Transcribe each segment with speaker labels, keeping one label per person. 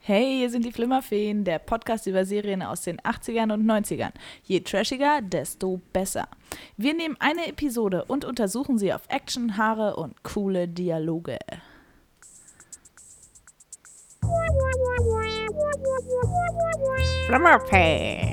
Speaker 1: Hey, hier sind die Flimmerfeen, der Podcast über Serien aus den 80ern und 90ern. Je trashiger, desto besser. Wir nehmen eine Episode und untersuchen sie auf Action, Haare und coole Dialoge.
Speaker 2: Flammerpay.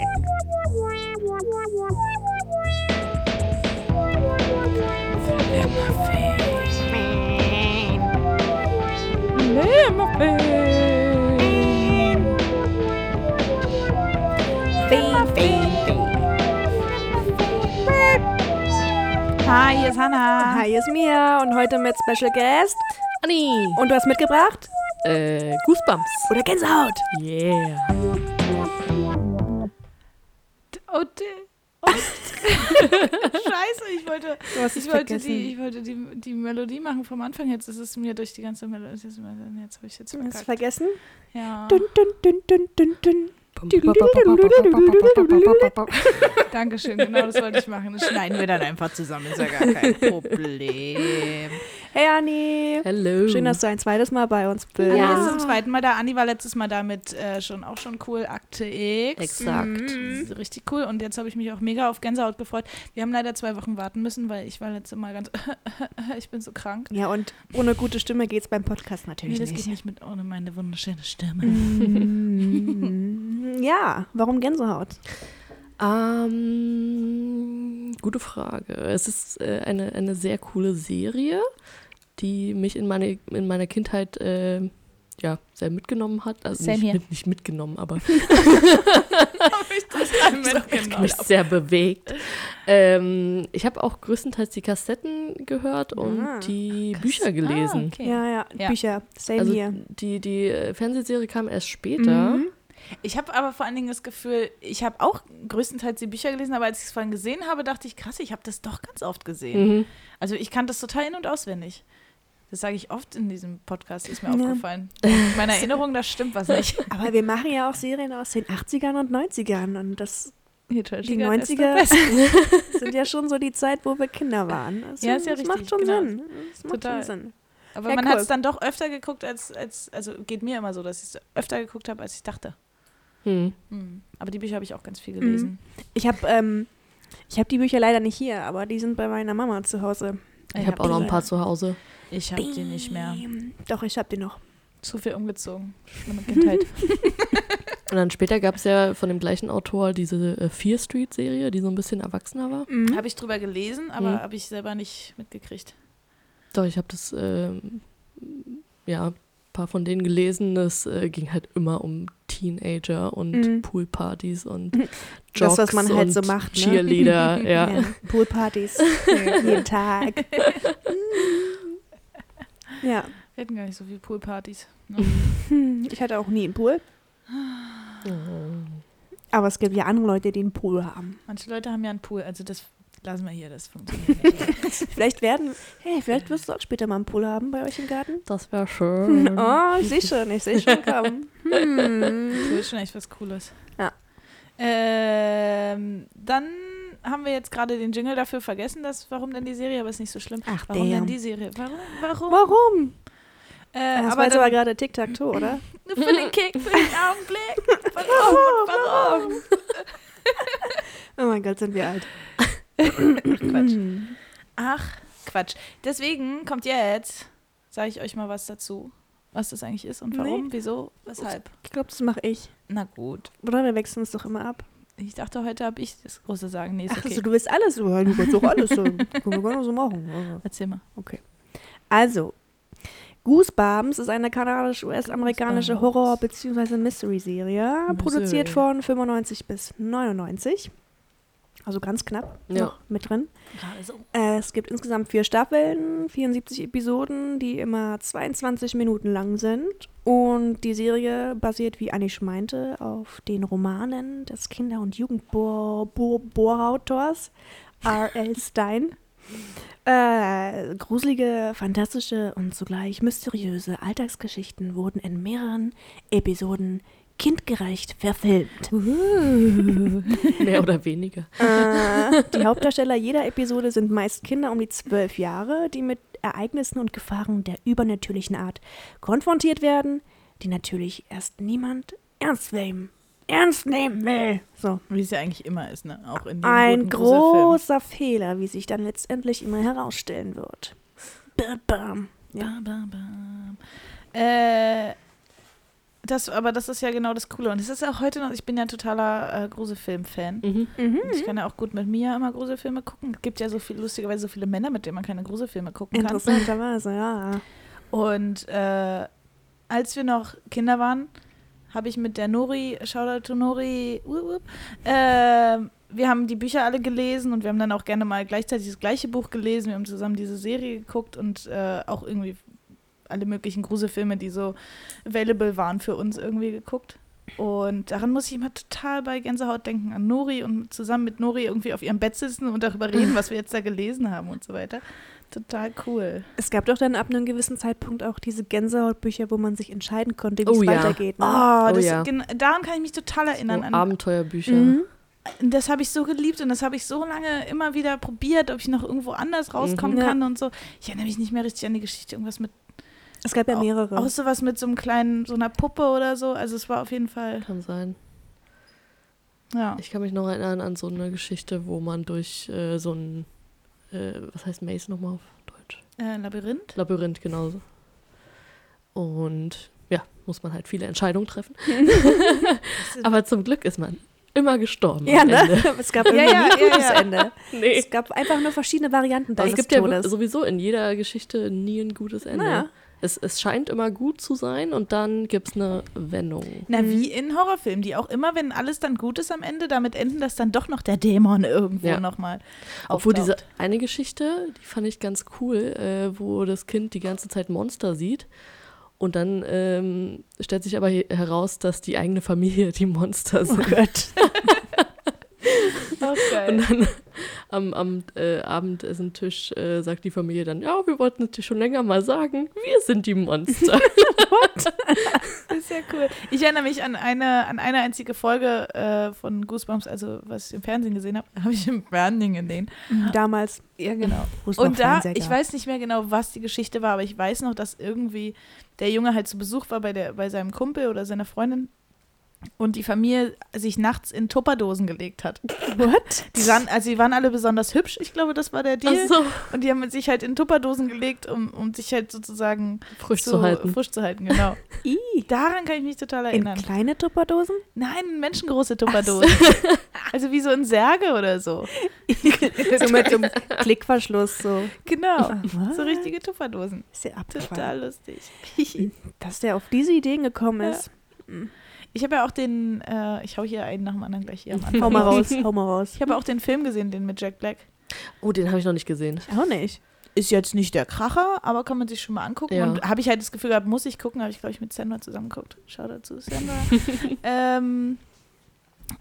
Speaker 1: Hi, hier ist Hannah.
Speaker 2: Hi, hier ist Mia und heute mit Special Guest.
Speaker 3: Anni.
Speaker 2: Und du hast mitgebracht?
Speaker 3: Äh, Goosebumps.
Speaker 2: Oder Gänsehaut?
Speaker 3: Yeah.
Speaker 1: Oh, d- oh. Scheiße, ich wollte,
Speaker 2: Du hast es
Speaker 1: ich wollte,
Speaker 2: vergessen.
Speaker 1: die, ich wollte die, die Melodie machen vom Anfang. Jetzt ist es mir durch die ganze Melodie. Jetzt habe ich jetzt
Speaker 2: du hast es
Speaker 1: verkackt.
Speaker 2: vergessen?
Speaker 1: Ja,
Speaker 2: Dun, dun, dun, dun, dun, dun.
Speaker 1: danke schön. Genau das wollte ich machen. Das schneiden wir dann einfach zusammen. Ist ja gar kein Problem.
Speaker 2: Hey Anni.
Speaker 3: Hello.
Speaker 2: Schön, dass du ein zweites Mal bei uns bist.
Speaker 1: Anni
Speaker 3: Ja.
Speaker 1: ist zum zweiten Mal da. Anni war letztes Mal da mit äh, schon auch schon cool, Akte X. Mhm.
Speaker 3: Exakt.
Speaker 1: Das ist Richtig cool. Und jetzt habe ich mich auch mega auf Gänsehaut gefreut. Wir haben leider zwei Wochen warten müssen, weil ich war letztes Mal ganz, ich bin so krank.
Speaker 2: Ja, und ohne gute Stimme geht's beim Podcast
Speaker 1: Nee,
Speaker 2: natürlich
Speaker 1: das geht
Speaker 2: nicht.
Speaker 1: nicht mit ohne meine wunderschöne Stimme.
Speaker 3: Mhm.
Speaker 2: Mm, ja, warum Gänsehaut?
Speaker 3: Ähm, gute Frage. Es ist äh, eine, eine sehr coole Serie, die mich in, meine, in meiner Kindheit äh, ja, sehr mitgenommen hat. Also
Speaker 1: Same
Speaker 3: nicht,
Speaker 1: here.
Speaker 3: mit- nicht mitgenommen, aber
Speaker 1: Habe ich das dann mitgenommen?
Speaker 3: mich sehr bewegt. Ähm, ich habe auch größtenteils die Kassetten gehört und
Speaker 2: Ah.
Speaker 3: die Bücher gelesen.
Speaker 1: Ah, okay.
Speaker 2: Ja, ja,
Speaker 1: Ja.
Speaker 2: Bücher. Same
Speaker 3: Also
Speaker 2: hier.
Speaker 3: die, die äh, Fernsehserie kam erst später.
Speaker 1: Ich habe aber vor allen Dingen das Gefühl, ich habe auch größtenteils die Bücher gelesen, aber als ich es vorhin gesehen habe, dachte ich, krass, ich habe das doch ganz oft gesehen.
Speaker 3: Mhm.
Speaker 1: Also ich kannte das total in- und auswendig. Das sage ich oft in diesem Podcast, ist mir
Speaker 2: Ja.
Speaker 1: aufgefallen. In meiner Erinnerung, da stimmt was nicht.
Speaker 2: Aber wir machen ja auch Serien aus den 80ern und 90ern und das
Speaker 1: Die
Speaker 2: Die 90er sind ja schon so die Zeit, wo wir Kinder waren. Also,
Speaker 1: Ja, ist ja
Speaker 2: das
Speaker 1: richtig,
Speaker 2: macht schon
Speaker 1: genau.
Speaker 2: Sinn. Das macht
Speaker 1: Total.
Speaker 2: schon Sinn.
Speaker 1: Aber
Speaker 2: Ja,
Speaker 1: man
Speaker 2: cool.
Speaker 1: hat es dann doch öfter geguckt, als, als, also geht mir immer so, dass ich es öfter geguckt habe, als ich dachte.
Speaker 3: Hm.
Speaker 1: Hm. Aber die Bücher habe ich auch ganz viel
Speaker 3: Mhm.
Speaker 1: gelesen.
Speaker 2: Ich habe ähm, ich hab die Bücher leider nicht hier, aber die sind bei meiner Mama zu Hause.
Speaker 3: Ich habe auch noch ein paar zu Hause.
Speaker 1: Ich habe die nicht mehr.
Speaker 2: Ähm, Doch, ich habe die noch.
Speaker 1: Zu viel umgezogen. Schlimme Kindheit.
Speaker 3: Und dann später gab es ja von dem gleichen Autor diese äh, Fear Street-Serie, die so ein bisschen erwachsener war.
Speaker 2: Mhm.
Speaker 1: Habe ich drüber gelesen, aber
Speaker 3: Mhm.
Speaker 1: habe ich selber nicht mitgekriegt.
Speaker 3: Doch, ich habe das, ähm, ja, ein paar von denen gelesen. Es äh, ging halt immer um Teenager und
Speaker 2: Mhm.
Speaker 3: Poolpartys und
Speaker 2: Mhm.
Speaker 3: Jocks
Speaker 2: Das, was man halt
Speaker 3: und
Speaker 2: so macht, ne?
Speaker 3: Cheerleader, ja.
Speaker 2: Ja, Poolpartys. jeden Tag. ja.
Speaker 1: Wir hatten gar nicht so viel Poolpartys.
Speaker 2: Hm, Ich hatte auch nie einen Pool.
Speaker 3: Mhm.
Speaker 2: Aber es gibt ja andere Leute, die einen Pool haben.
Speaker 1: Manche Leute haben ja einen Pool, also das lassen wir hier, das funktioniert nicht.
Speaker 2: Vielleicht werden, hey, vielleicht wirst du auch später mal einen Pool haben bei euch im Garten.
Speaker 3: Das wäre schön.
Speaker 2: Oh, ich sehe schon, ich sehe schon kommen.
Speaker 1: Das
Speaker 2: Hm.
Speaker 1: wird schon echt was Cooles.
Speaker 2: Ja.
Speaker 1: Ähm, dann haben wir jetzt gerade den Jingle dafür vergessen, dass, warum denn die Serie, aber ist nicht so schlimm.
Speaker 2: Ach,
Speaker 1: Warum
Speaker 2: damn.
Speaker 1: denn die Serie? Warum? Warum?
Speaker 2: Warum?
Speaker 1: Äh,
Speaker 2: Das
Speaker 1: aber
Speaker 2: war jetzt aber
Speaker 1: dann,
Speaker 2: gerade Tic-Tac-Toe, oder?
Speaker 1: nur für den Kick, für den Augenblick. Warum? Warum?
Speaker 2: Oh mein Gott, sind wir alt.
Speaker 1: Quatsch. Ach, Quatsch. Deswegen kommt jetzt, sage ich euch mal was dazu, was das eigentlich ist und warum, wieso, weshalb.
Speaker 2: Ich glaube, das mache ich.
Speaker 1: Na gut.
Speaker 2: Oder wir wechseln es doch immer ab.
Speaker 1: Ich dachte, heute habe ich das große Sagen. Nee, ist okay.
Speaker 2: Also, du willst alles hören, du willst doch alles hören. Können wir gerne so machen.
Speaker 1: Erzähl mal.
Speaker 2: Also, Goosebumps ist eine kanadisch-US-amerikanische
Speaker 3: Goosebumps.
Speaker 2: Horror- bzw. Mystery-Serie,
Speaker 3: Mystery.
Speaker 2: produziert von 95 bis 99. Also ganz knapp
Speaker 3: Ja.
Speaker 2: noch mit drin.
Speaker 1: Gerade so.
Speaker 2: Äh, Es gibt insgesamt vier Staffeln, 74 Episoden, die immer 22 Minuten lang sind. Und die Serie basiert, wie Annie schon meinte, auf den Romanen des Kinder- und Jugendbohrhautors R.L. Stein. Äh, gruselige, fantastische und zugleich mysteriöse Alltagsgeschichten wurden in mehreren Episoden kindgerecht verfilmt.
Speaker 3: Mehr oder weniger.
Speaker 2: Äh, die Hauptdarsteller jeder Episode sind meist Kinder um die zwölf Jahre, die mit Ereignissen und Gefahren der übernatürlichen Art konfrontiert werden, die natürlich erst niemand ernst nehmen, ernst nehmen will. So.
Speaker 1: Wie es ja eigentlich immer ist, ne? Auch in den
Speaker 2: Ein
Speaker 1: guten Gruselfilmen.
Speaker 2: großer Fehler, wie sich dann letztendlich immer herausstellen wird. Bam, bam. Ja.
Speaker 1: Bam, bam, bam. Äh, das, aber das ist ja genau das Coole. Und es ist auch heute noch, ich bin ja totaler äh, Gruselfilm-Fan.
Speaker 3: Mhm.
Speaker 1: Und Ich kann ja auch gut mit Mia immer Gruselfilme gucken. Es gibt ja so viel, lustigerweise so viele Männer, mit denen man keine Gruselfilme gucken kann.
Speaker 2: Interessanterweise, ja.
Speaker 1: Und äh, als wir noch Kinder waren, habe ich mit der Nori, Shoutout to Nori, wup, wup, äh, wir haben die Bücher alle gelesen und wir haben dann auch gerne mal gleichzeitig das gleiche Buch gelesen. Wir haben zusammen diese Serie geguckt und äh, auch irgendwie alle möglichen Gruselfilme, die so available waren für uns irgendwie geguckt. Und daran muss ich immer total bei Gänsehaut denken an Nori und zusammen mit Nori irgendwie auf ihrem Bett sitzen und darüber reden, was wir jetzt da gelesen haben und so weiter. Total cool.
Speaker 2: Es gab doch dann ab einem gewissen Zeitpunkt auch diese Gänsehautbücher, wo man sich entscheiden konnte, wie
Speaker 3: Oh
Speaker 2: es
Speaker 3: ja.
Speaker 2: weitergeht. Ne?
Speaker 1: Oh,
Speaker 3: Oh
Speaker 1: das,
Speaker 3: ja.
Speaker 1: gen- daran kann ich mich total erinnern.
Speaker 3: Oh,
Speaker 1: an,
Speaker 3: Abenteuerbücher.
Speaker 2: Mhm.
Speaker 1: das habe ich so geliebt und das habe ich so lange immer wieder probiert, ob ich noch irgendwo anders rauskommen
Speaker 2: Mhm. Ja.
Speaker 1: kann und so. Ich erinnere mich nicht mehr richtig an die Geschichte. Irgendwas mit,
Speaker 2: Es gab ja
Speaker 1: Au-
Speaker 2: mehrere.
Speaker 1: auch sowas mit so einem kleinen, so einer Puppe oder so. Also es war auf jeden Fall,
Speaker 3: Kann sein.
Speaker 1: ja.
Speaker 3: Ich kann mich noch erinnern an so eine Geschichte, wo man durch äh, so ein, äh, was heißt Maze nochmal auf Deutsch?
Speaker 1: Äh, Labyrinth?
Speaker 3: Labyrinth, genauso. Und ja, muss man halt viele Entscheidungen treffen. Aber zum Glück ist man immer gestorben.
Speaker 2: ja,
Speaker 3: am Ende.
Speaker 2: ne? Es gab irgendwie
Speaker 1: ja,
Speaker 2: nie ein
Speaker 1: ja,
Speaker 2: gutes
Speaker 1: ja.
Speaker 2: Ende.
Speaker 3: Nee.
Speaker 2: Es gab einfach nur verschiedene Varianten
Speaker 3: Aber
Speaker 2: deines
Speaker 3: es gibt ja
Speaker 2: Todes.
Speaker 3: wirklich sowieso in jeder Geschichte nie ein gutes Ende.
Speaker 2: Naja.
Speaker 3: Es, es scheint immer gut zu sein und dann gibt es eine Wendung.
Speaker 1: Na, wie in Horrorfilmen, die auch immer, wenn alles dann gut ist am Ende, damit enden, dass dann doch noch der Dämon irgendwo
Speaker 3: Ja.
Speaker 1: nochmal
Speaker 3: Obwohl
Speaker 1: auftaucht.
Speaker 3: diese eine Geschichte, die fand ich ganz cool, äh, wo das Kind die ganze Zeit Monster sieht. Und dann ähm, stellt sich aber he- heraus, dass die eigene Familie die Monster sind.
Speaker 1: Ach, geil.
Speaker 3: Und dann am, am äh, Abendessentisch äh, sagt die Familie dann, ja, wir wollten es dir schon länger mal sagen, wir sind die Monster.
Speaker 1: Das ist ja cool. Ich erinnere mich an eine, an eine einzige Folge äh, von Goosebumps, also was ich im Fernsehen gesehen habe, habe ich im Fernsehen gesehen.
Speaker 2: Damals.
Speaker 1: Ja, genau.
Speaker 2: wo es noch
Speaker 1: Und da,
Speaker 2: Fernseher
Speaker 1: ich
Speaker 2: gab.
Speaker 1: weiß nicht mehr genau, was die Geschichte war, aber ich weiß noch, dass irgendwie der Junge halt zu Besuch war bei, der, bei seinem Kumpel oder seiner Freundin und die Familie sich nachts in Tupperdosen gelegt hat.
Speaker 2: What?
Speaker 1: Die sahen, also die waren alle besonders hübsch, ich glaube, das war der Deal.
Speaker 3: Ach so,
Speaker 1: Und die haben sich halt in Tupperdosen gelegt, um, um sich halt sozusagen
Speaker 3: frisch
Speaker 1: so
Speaker 3: zu halten.
Speaker 1: frisch zu halten, genau.
Speaker 2: Ih.
Speaker 1: Daran kann ich mich total
Speaker 2: In
Speaker 1: erinnern.
Speaker 2: kleine Tupperdosen?
Speaker 1: Nein, menschengroße Tupperdosen. Also wie so in Särge oder so.
Speaker 2: so mit dem Klickverschluss so.
Speaker 1: Genau.
Speaker 2: Was?
Speaker 1: So richtige Tupperdosen.
Speaker 2: Ist ja abgefallen.
Speaker 1: Total lustig.
Speaker 2: Dass der auf diese Ideen gekommen
Speaker 1: Ja.
Speaker 2: ist. Hm.
Speaker 1: Ich habe ja auch den, äh, ich hau hier einen nach dem anderen gleich hier am
Speaker 2: Hau
Speaker 1: Anfang.
Speaker 2: mal raus, hau mal raus.
Speaker 1: Ich habe auch den Film gesehen, den mit Jack Black.
Speaker 3: Oh, den habe ich noch nicht gesehen.
Speaker 2: Auch nicht.
Speaker 1: Ist jetzt nicht der Kracher, aber kann man sich schon mal angucken.
Speaker 3: Ja.
Speaker 1: Und habe ich halt das Gefühl gehabt, muss ich gucken, habe ich, glaube ich, mit Sandra zusammen geguckt. Schau dazu, Sandra. ähm,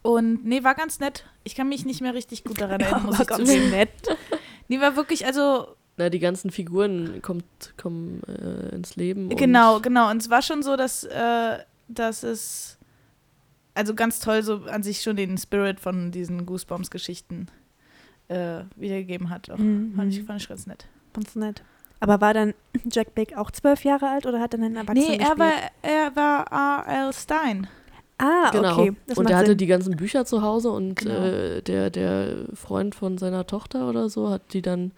Speaker 1: und nee, war ganz nett. Ich kann mich nicht mehr richtig gut daran erinnern, muss ich zugeben.
Speaker 2: nett.
Speaker 1: Nee, war wirklich, also
Speaker 3: Na, die ganzen Figuren kommt, kommen äh, ins Leben. Und
Speaker 1: Genau, genau. Und es war schon so, dass, äh, dass es also ganz toll so an sich schon den Spirit von diesen Goosebumps-Geschichten äh, wiedergegeben hat. Auch. Fand, ich,
Speaker 2: Mhm.
Speaker 1: fand ich ganz nett.
Speaker 2: Ganz nett. Aber war dann Jack Black auch zwölf Jahre alt oder hat er einen Erwachsenen
Speaker 1: nee, er
Speaker 2: gespielt?
Speaker 1: war, er war R.L. Stein.
Speaker 2: Ah,
Speaker 3: Genau.
Speaker 2: okay. Das
Speaker 3: und
Speaker 2: macht
Speaker 3: er hatte
Speaker 2: Sinn.
Speaker 3: die ganzen Bücher zu Hause und
Speaker 1: Genau.
Speaker 3: äh, der, der Freund von seiner Tochter oder so hat die dann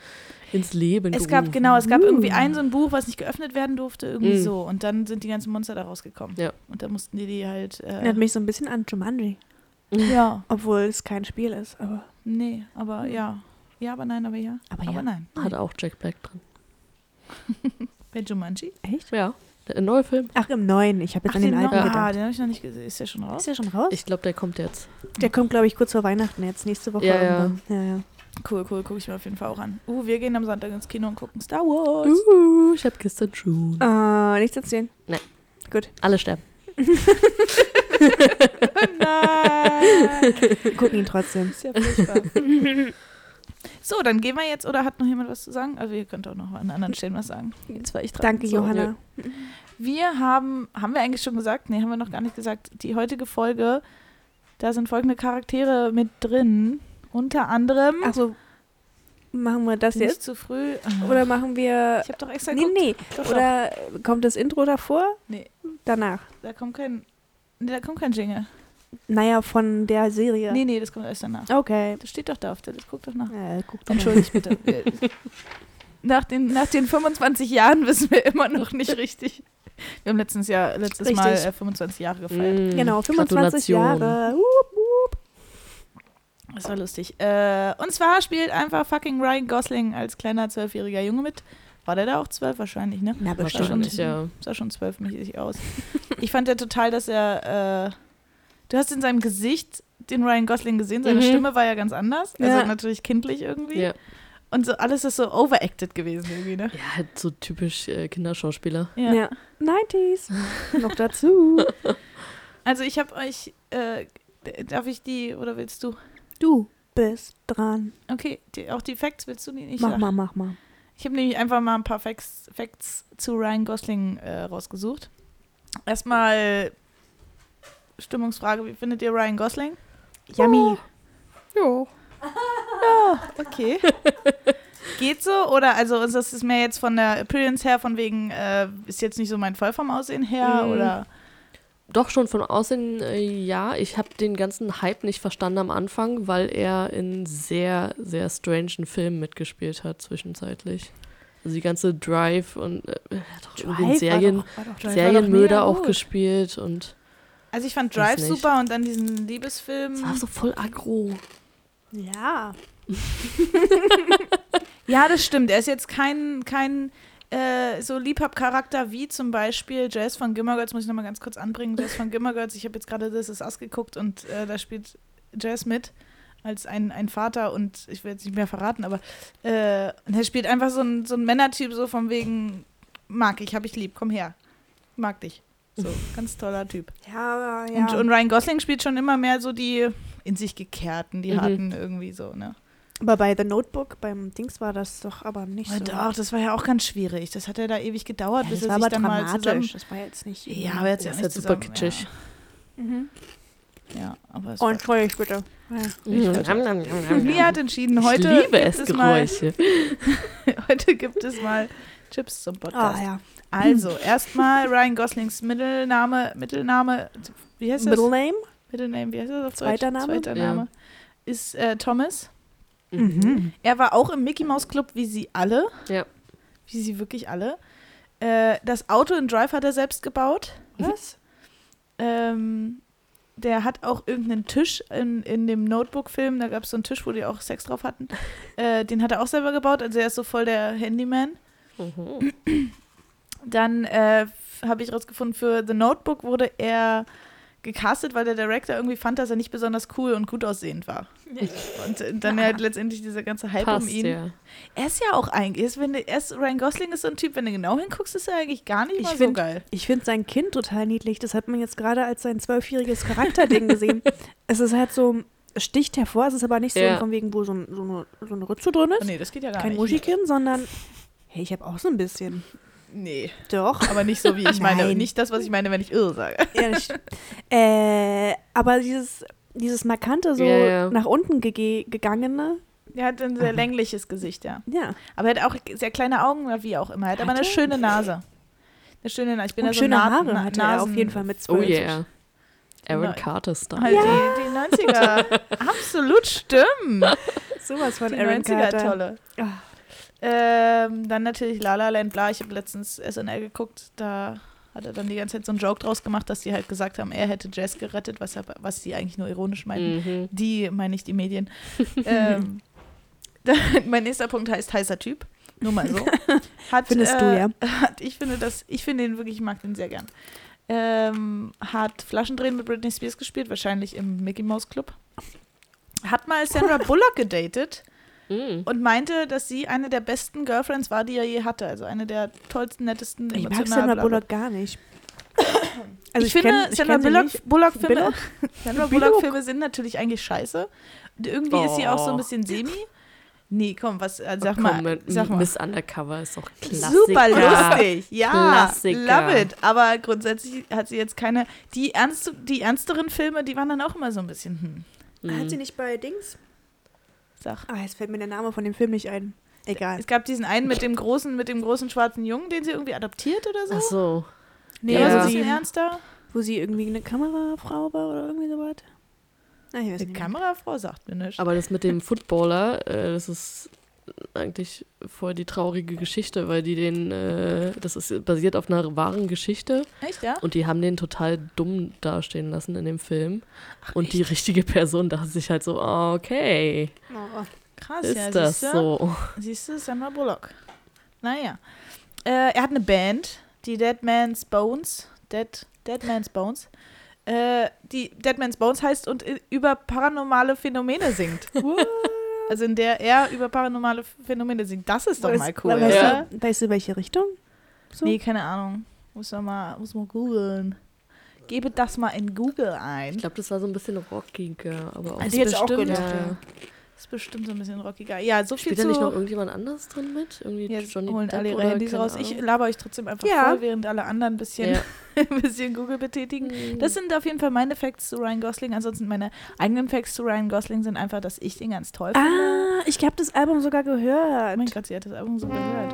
Speaker 3: ins Leben
Speaker 1: Es
Speaker 3: gerufen.
Speaker 1: gab, genau, es gab
Speaker 2: Uh.
Speaker 1: irgendwie ein so ein Buch, was nicht geöffnet werden durfte, irgendwie
Speaker 3: Mm.
Speaker 1: so. Und dann sind die ganzen Monster da rausgekommen.
Speaker 3: Ja.
Speaker 1: Und da mussten die die halt. Äh,
Speaker 2: Erinnert mich so ein bisschen an Jumanji.
Speaker 1: ja,
Speaker 2: Obwohl es kein Spiel ist, aber.
Speaker 1: nee, aber ja. Ja, aber nein, aber ja.
Speaker 2: Aber
Speaker 1: Aber
Speaker 2: Mm. Ah, ja.
Speaker 1: nein.
Speaker 3: Hat auch Jack Black drin.
Speaker 1: Bei Jumanji?
Speaker 2: Echt?
Speaker 3: Ja, der neue Film.
Speaker 2: Ach, im neuen. Ich habe jetzt
Speaker 1: Ach,
Speaker 2: an den,
Speaker 1: neu-
Speaker 2: alten
Speaker 1: Ah,
Speaker 2: gedacht.
Speaker 1: den habe ich noch nicht gesehen. Ist der schon raus?
Speaker 2: Ist der schon raus?
Speaker 3: Ich glaube, der kommt jetzt.
Speaker 2: der kommt, glaube ich, kurz vor Weihnachten jetzt, nächste Woche.
Speaker 3: Ja, ja.
Speaker 2: irgendwann. ja. ja.
Speaker 1: Cool, cool, gucke ich mir auf jeden Fall auch an. Uh, wir gehen am Sonntag ins Kino und gucken Star Wars.
Speaker 3: Uh, ich habe gestern schon.
Speaker 1: Ah.
Speaker 2: Äh, nichts erzählen.
Speaker 3: Alle sterben.
Speaker 1: Nein!
Speaker 2: Wir gucken ihn trotzdem.
Speaker 1: Ist ja furchtbar. So, dann gehen wir jetzt. Oder hat noch jemand was zu sagen? Also ihr könnt auch noch an anderen Stellen was sagen. Jetzt war ich dran.
Speaker 2: Danke,
Speaker 1: So.
Speaker 2: Johanna.
Speaker 1: Wir haben, haben wir eigentlich schon gesagt? Nee, haben wir noch gar nicht gesagt. Die heutige Folge, Hm. da sind folgende Charaktere mit drin. Unter anderem
Speaker 2: Also, Machen wir das
Speaker 1: Nicht
Speaker 2: jetzt?
Speaker 1: zu früh. ah,
Speaker 2: Oder machen wir.
Speaker 1: Ich habe doch extra
Speaker 2: Nee,
Speaker 1: geguckt.
Speaker 2: nee.
Speaker 1: Doch, doch.
Speaker 2: Oder kommt das Intro davor?
Speaker 1: Nee.
Speaker 2: Danach.
Speaker 1: Da kommt kein, nee, da kommt kein Jingle.
Speaker 2: Naja, von der Serie.
Speaker 1: Nee, nee, das kommt erst danach.
Speaker 2: Okay.
Speaker 1: Das steht doch da auf der Liste. Guck doch nach.
Speaker 2: Äh, guck doch mal.
Speaker 1: Entschuldigt bitte. Äh, nach, den, nach den 25 Jahren wissen wir immer noch nicht richtig. Wir haben letztens Jahr, letztes
Speaker 2: Richtig.
Speaker 1: Mal äh, 25 Jahre gefeiert.
Speaker 3: Mm,
Speaker 2: Genau, 25
Speaker 3: Gratulation.
Speaker 2: Jahre. Wup, wup.
Speaker 1: Das war lustig. Äh, und zwar spielt einfach fucking Ryan Gosling als kleiner zwölfjähriger Junge mit. War der da auch zwölf wahrscheinlich, ne?
Speaker 2: Na,
Speaker 1: schon
Speaker 3: Wahrscheinlich,
Speaker 1: nicht.
Speaker 3: ja.
Speaker 1: sah schon zwölfmäßig aus. Ich fand ja total, dass er. Äh, du hast in seinem Gesicht den Ryan Gosling gesehen, seine
Speaker 3: Mhm.
Speaker 1: Stimme war ja ganz anders. Also
Speaker 2: Ja.
Speaker 1: natürlich kindlich irgendwie.
Speaker 3: Ja.
Speaker 1: Und so alles ist so overacted gewesen irgendwie, ne?
Speaker 3: ja, halt so typisch äh, Kinderschauspieler.
Speaker 2: Ja. 90s. Noch dazu.
Speaker 1: Also ich habe euch. Äh, darf ich die oder willst du?
Speaker 2: Du bist dran.
Speaker 1: Okay, die, auch die Facts willst du die nicht?
Speaker 2: mach
Speaker 1: sagen?
Speaker 2: mal, mach mal.
Speaker 1: Ich habe nämlich einfach mal ein paar Facts, Facts zu Ryan Gosling äh, rausgesucht. Erstmal Stimmungsfrage, wie findet ihr Ryan Gosling?
Speaker 2: Yummy.
Speaker 3: Ja.
Speaker 1: Okay. Geht so? Oder also ist das ist mehr jetzt von der Appearance her, von wegen, äh, ist jetzt nicht so mein Fall vom Aussehen her?
Speaker 3: Mm.
Speaker 1: Oder
Speaker 3: Doch schon von außen, äh, ja. Ich habe den ganzen Hype nicht verstanden am Anfang, weil er in sehr, sehr strangen Filmen mitgespielt hat zwischenzeitlich. Also die ganze Drive und äh, er hat auch irgendwie in Serien, Serienmörder auch gespielt und
Speaker 1: Also ich fand
Speaker 3: Weiß
Speaker 1: Drive
Speaker 3: nicht.
Speaker 1: super und dann diesen
Speaker 3: es war
Speaker 1: Liebesfilm.
Speaker 3: so voll aggro.
Speaker 2: Ja.
Speaker 1: Ja, das stimmt. Er ist jetzt kein, kein äh, so Liebhab-Charakter wie zum Beispiel Jazz von Gimmergirls, muss ich nochmal ganz kurz anbringen. Jazz von Gimmergirls, ich habe jetzt gerade This Is Us geguckt und äh, da spielt Jazz mit als ein, ein Vater und ich will jetzt nicht mehr verraten, aber äh, und er spielt einfach so ein, so ein Männertyp, so von wegen, mag ich, hab ich lieb, komm her, mag dich. So, ganz toller Typ.
Speaker 2: Ja, ja.
Speaker 1: Und, und Ryan Gosling spielt schon immer mehr so die in sich gekehrten, die
Speaker 3: Mhm.
Speaker 1: harten irgendwie so, ne?
Speaker 2: aber bei The Notebook, beim Dings war das doch aber nicht
Speaker 1: Ja,
Speaker 2: so.
Speaker 1: Oh, Doch, das war ja auch ganz schwierig. Das hat ja da ewig gedauert,
Speaker 2: Ja,
Speaker 1: bis er
Speaker 2: das war
Speaker 1: sich
Speaker 2: aber
Speaker 1: dann mal zusammen...
Speaker 2: dramatisch. Das war jetzt nicht.
Speaker 1: Ja, aber jetzt
Speaker 3: Das
Speaker 1: ja
Speaker 3: ist
Speaker 1: nicht zusammen,
Speaker 3: halt super kitschig.
Speaker 2: Mhm.
Speaker 1: Ja, ja aber es
Speaker 2: Oh,
Speaker 1: war-
Speaker 2: entschuldigt bitte. Ja.
Speaker 3: mm,
Speaker 1: Mia hat entschieden,
Speaker 3: Ich
Speaker 1: heute
Speaker 3: liebe
Speaker 1: gibt
Speaker 3: es,
Speaker 1: es mal,
Speaker 3: Geräusche.
Speaker 1: heute gibt es mal Chips zum Podcast.
Speaker 2: Ah, ja.
Speaker 1: Also, erstmal Ryan Goslings Mittelname, Mittelname, wie heißt das?
Speaker 2: Middle Name?
Speaker 1: Mittelname, wie heißt das auf
Speaker 2: Zweiter
Speaker 1: Deutsch?
Speaker 2: Name?
Speaker 1: Zweiter
Speaker 3: Ja.
Speaker 1: Name. Ist äh, Thomas. Mhm.
Speaker 2: Mhm.
Speaker 1: Er war auch im Mickey Mouse Club, wie sie alle.
Speaker 3: Mhm. Ja.
Speaker 1: Wie sie wirklich alle. Äh, das Auto in Drive hat er selbst gebaut.
Speaker 3: Mhm.
Speaker 2: Was?
Speaker 1: Ähm, der hat auch irgendeinen Tisch in, in dem Notebook-Film, da gab es so einen Tisch, wo die auch Sex drauf hatten. Äh, den hat er auch selber gebaut, also er ist so voll der Handyman.
Speaker 3: Mhm.
Speaker 1: Dann äh, habe ich rausgefunden, für The Notebook wurde er gecastet, weil der Director irgendwie fand, dass er nicht besonders cool und gut aussehend war. Und äh, dann halt letztendlich dieser ganze Hype um
Speaker 3: Passt,
Speaker 1: ihn.
Speaker 3: ja.
Speaker 1: Er ist ja auch eigentlich, ist, wenn du, er ist, Ryan Gosling ist so ein Typ, wenn du genau hinguckst, ist er eigentlich gar nicht
Speaker 2: Ich
Speaker 1: mal so
Speaker 2: find-
Speaker 1: geil.
Speaker 2: Ich finde sein Kind total niedlich. Das hat man jetzt gerade als sein zwölfjähriges Charakterding gesehen. es ist halt so, es sticht hervor. Es ist aber nicht so
Speaker 3: Ja.
Speaker 2: von wegen, wo so, ein, so, eine, so eine Rütze drin
Speaker 1: Oh,
Speaker 2: ist.
Speaker 1: nee, das geht ja gar
Speaker 2: Kein
Speaker 1: nicht.
Speaker 2: Muschikind, sondern, hey, ich habe auch so ein bisschen.
Speaker 1: Nee,
Speaker 2: Doch.
Speaker 1: aber nicht so wie ich meine.
Speaker 2: Nein.
Speaker 1: Nicht das, was ich meine, wenn ich irre sage.
Speaker 2: Ehrlich. äh, aber dieses, dieses markante, so
Speaker 3: Ja, ja.
Speaker 2: nach unten gege gegangene,
Speaker 1: Er hat ein
Speaker 2: Mhm.
Speaker 1: sehr längliches Gesicht, ja.
Speaker 2: ja.
Speaker 1: Aber er hat auch sehr kleine Augen, oder wie auch immer. Er hat aber
Speaker 2: Hat
Speaker 1: eine
Speaker 2: er?
Speaker 1: schöne Nase. Eine schöne Nase. Ich bin
Speaker 2: Und
Speaker 1: da so
Speaker 2: schöne
Speaker 1: Na-
Speaker 2: Haare
Speaker 1: Na-
Speaker 2: hatte er auf
Speaker 1: Nasen-
Speaker 2: jeden Fall mit
Speaker 3: Oh
Speaker 2: zwölf.
Speaker 3: yeah. Aaron
Speaker 1: Nein.
Speaker 3: Carter-Style.
Speaker 1: Halt die, die 90er. Absolut stimmt.
Speaker 2: Sowas von
Speaker 1: die
Speaker 2: Aaron
Speaker 1: 90er
Speaker 2: Carter.
Speaker 1: tolle.
Speaker 2: Ah.
Speaker 1: Ähm, dann natürlich La La Land, bla. Ich habe letztens SNL geguckt, da hat er dann die ganze Zeit so einen Joke draus gemacht, dass die halt gesagt haben, er hätte Jazz gerettet, was, er, was sie eigentlich nur ironisch meinten.
Speaker 3: Mhm.
Speaker 1: Die meine ich die Medien. ähm, da, mein nächster Punkt heißt heißer Typ. Nur mal so. Hat,
Speaker 2: Findest du,
Speaker 1: äh,
Speaker 2: ja.
Speaker 1: Hat, ich finde das, ich finde ihn wirklich, ich mag den sehr gern. Ähm, hat Flaschendrehen mit Britney Spears gespielt, wahrscheinlich im Mickey Mouse Club. Hat mal Sandra Bullock gedatet
Speaker 3: Mhm.
Speaker 1: und meinte, dass sie eine der besten Girlfriends war, die er je hatte. Also eine der tollsten, nettesten,
Speaker 2: Ich
Speaker 1: emotional.
Speaker 2: mag
Speaker 1: bla,
Speaker 2: Sandra
Speaker 1: bla, bla.
Speaker 2: Bullock gar nicht.
Speaker 1: Also ich, finde,
Speaker 2: kenn- ich
Speaker 1: Sandra
Speaker 2: kenn sie
Speaker 1: Bullock,
Speaker 2: nicht.
Speaker 1: Bullock Filme,
Speaker 2: Bullock?
Speaker 1: Sandra Bullock Filme sind natürlich eigentlich scheiße. Und irgendwie ist sie auch so ein bisschen semi. Nee, komm, was äh, sag
Speaker 3: Komm,
Speaker 1: mal,
Speaker 3: mit-
Speaker 1: sag mal.
Speaker 3: Miss Undercover ist auch Klassiker.
Speaker 1: Super lustig. Ja,
Speaker 3: Klassiker.
Speaker 1: love it, aber grundsätzlich hat sie jetzt keine die ernst die ernsteren Filme, die waren dann auch immer so ein bisschen hm.
Speaker 3: Mhm.
Speaker 2: nicht bei Dings?
Speaker 1: Sag.
Speaker 2: Ah, jetzt fällt mir der Name von dem Film nicht ein. Egal.
Speaker 1: Es gab diesen einen mit dem großen, mit dem großen schwarzen Jungen, den sie irgendwie adoptiert oder so.
Speaker 3: Ach so.
Speaker 1: Nee,
Speaker 3: Ja.
Speaker 1: war so ein bisschen
Speaker 2: sie,
Speaker 1: ernster.
Speaker 2: wo sie irgendwie eine Kamerafrau war oder irgendwie sowas. Ah, ich weiß
Speaker 1: Die
Speaker 2: nicht.
Speaker 1: Kamerafrau sagt mir nichts.
Speaker 3: Aber das mit dem Footballer, äh, das ist eigentlich voll die traurige Geschichte, weil die den, äh, das ist basiert auf einer wahren Geschichte
Speaker 1: Echt, ja?
Speaker 3: und die haben den total dumm dastehen lassen in dem Film. und die richtige Person dachte sich halt so, ah, okay,
Speaker 2: Oh.
Speaker 1: Krass,
Speaker 3: ist
Speaker 1: ja.
Speaker 3: das
Speaker 1: siehste?
Speaker 3: so?
Speaker 1: Siehst du, Sandra Bullock. Naja. Äh, er hat eine Band, die Dead Man's Bones. Dead, Dead Man's Bones. Äh, die Dead Man's Bones heißt und i- über paranormale Phänomene singt.
Speaker 2: What?
Speaker 1: also in der er über paranormale Phänomene singt. Das ist doch mal cool,
Speaker 2: Weißt,
Speaker 1: oder?
Speaker 2: du, weißt du, welche Richtung? So?
Speaker 1: Nee, keine Ahnung. Muss man mal, muss man googeln. Gebe das mal in Google ein.
Speaker 3: Ich glaube, das war so ein bisschen rockiger, aber auch.
Speaker 1: Also
Speaker 2: die hätte ich auch
Speaker 1: bestimmt,
Speaker 2: gedacht,
Speaker 3: ja.
Speaker 1: ist bestimmt so ein bisschen rockiger. Ja, so viel
Speaker 3: Spielt
Speaker 1: zu
Speaker 3: da nicht noch irgendjemand anders drin mit? Irgendwie
Speaker 1: Jetzt
Speaker 3: Johnny
Speaker 1: holen
Speaker 3: Depp
Speaker 1: alle ihre
Speaker 3: oder
Speaker 1: Handys
Speaker 3: keine
Speaker 1: raus. Ich
Speaker 3: Ahnung.
Speaker 1: laber euch trotzdem einfach
Speaker 2: Ja.
Speaker 1: voll, während alle anderen ein bisschen,
Speaker 3: Ja.
Speaker 1: ein bisschen Google betätigen. Das sind auf jeden Fall meine Facts zu Ryan Gosling. Ansonsten meine eigenen Facts zu Ryan Gosling sind einfach, dass ich den ganz toll finde.
Speaker 2: Ah, ich habe das Album sogar
Speaker 1: Oh mein
Speaker 2: gehört.
Speaker 1: Gott, sie hat das Album so gehört.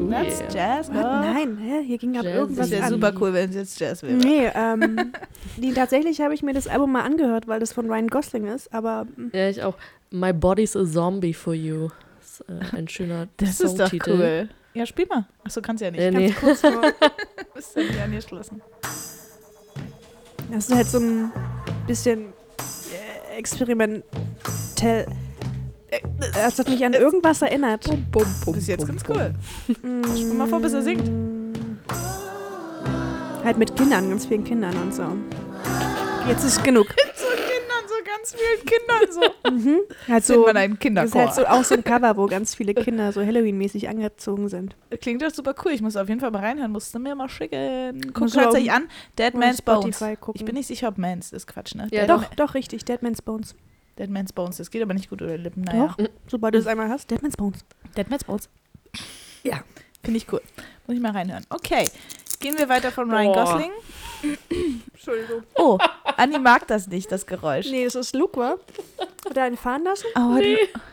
Speaker 3: Oh
Speaker 1: That's
Speaker 3: yeah.
Speaker 1: Jazz,
Speaker 2: What?
Speaker 1: ne?
Speaker 2: Nein, hä? hier ging gerade
Speaker 3: Jazz
Speaker 2: irgendwas
Speaker 1: Das
Speaker 3: ist
Speaker 1: wäre
Speaker 2: an.
Speaker 1: super cool, wenn sie jetzt Jazz wäre.
Speaker 2: Nee, ähm, nee, tatsächlich habe ich mir das Album mal angehört, weil das von Ryan Gosling ist, aber mm,
Speaker 3: Ja, ich auch. My body's a zombie for you. Ist, äh, ein schöner
Speaker 1: Das ist doch
Speaker 3: Songtitel.
Speaker 1: cool. Ja, spiel mal. Achso, kannst ja nicht.
Speaker 3: Äh, nee.
Speaker 2: kurz vor.
Speaker 1: Bist du ja angeschlossen.
Speaker 2: Das ist halt so ein bisschen äh, experimentell. Äh, Das hat mich an irgendwas erinnert.
Speaker 3: Bum, bum, bum,
Speaker 1: Bis jetzt
Speaker 3: bum,
Speaker 1: ganz
Speaker 3: bum.
Speaker 1: cool.
Speaker 2: Spiel
Speaker 1: mal vor, bis er singt.
Speaker 2: Halt mit Kindern, ganz vielen Kindern und so. Jetzt ist genug.
Speaker 1: So Kindern, so ganz vielen Kindern so.
Speaker 2: Mhm. Halt
Speaker 1: Sind
Speaker 2: so,
Speaker 1: wir in einem
Speaker 2: das ist
Speaker 1: Kinderchor.
Speaker 2: halt so auch so ein Cover, wo ganz viele Kinder so Halloween-mäßig angezogen sind.
Speaker 1: Klingt doch super cool. Ich muss auf jeden Fall mal reinhören. Musst du mir mal schicken. Guckt
Speaker 2: Muss ich
Speaker 1: es euch
Speaker 2: auf-
Speaker 1: an. Dead
Speaker 2: auf
Speaker 1: Man's Bones.
Speaker 2: Spotify gucken.
Speaker 1: Ich bin nicht sicher, ob Mans ist Quatsch, ne?
Speaker 3: Ja,
Speaker 1: Dead,
Speaker 2: doch, doch, richtig. Dead Man's Bones.
Speaker 1: Dead Man's Bones. Das geht aber nicht gut über Lippen. Naja.
Speaker 2: Doch, sobald du es einmal hast. Dead Man's Bones.
Speaker 1: Dead Man's Bones.
Speaker 2: Ja.
Speaker 1: Finde ich cool. Muss ich mal reinhören. Okay. Gehen wir weiter von Ryan
Speaker 3: Boah.
Speaker 1: Gosling.
Speaker 2: Entschuldigung.
Speaker 1: Oh, Anni mag das nicht, das Geräusch.
Speaker 2: Nee, das ist Luke, wa? Hat er einen fahren lassen?
Speaker 1: Oh, hat-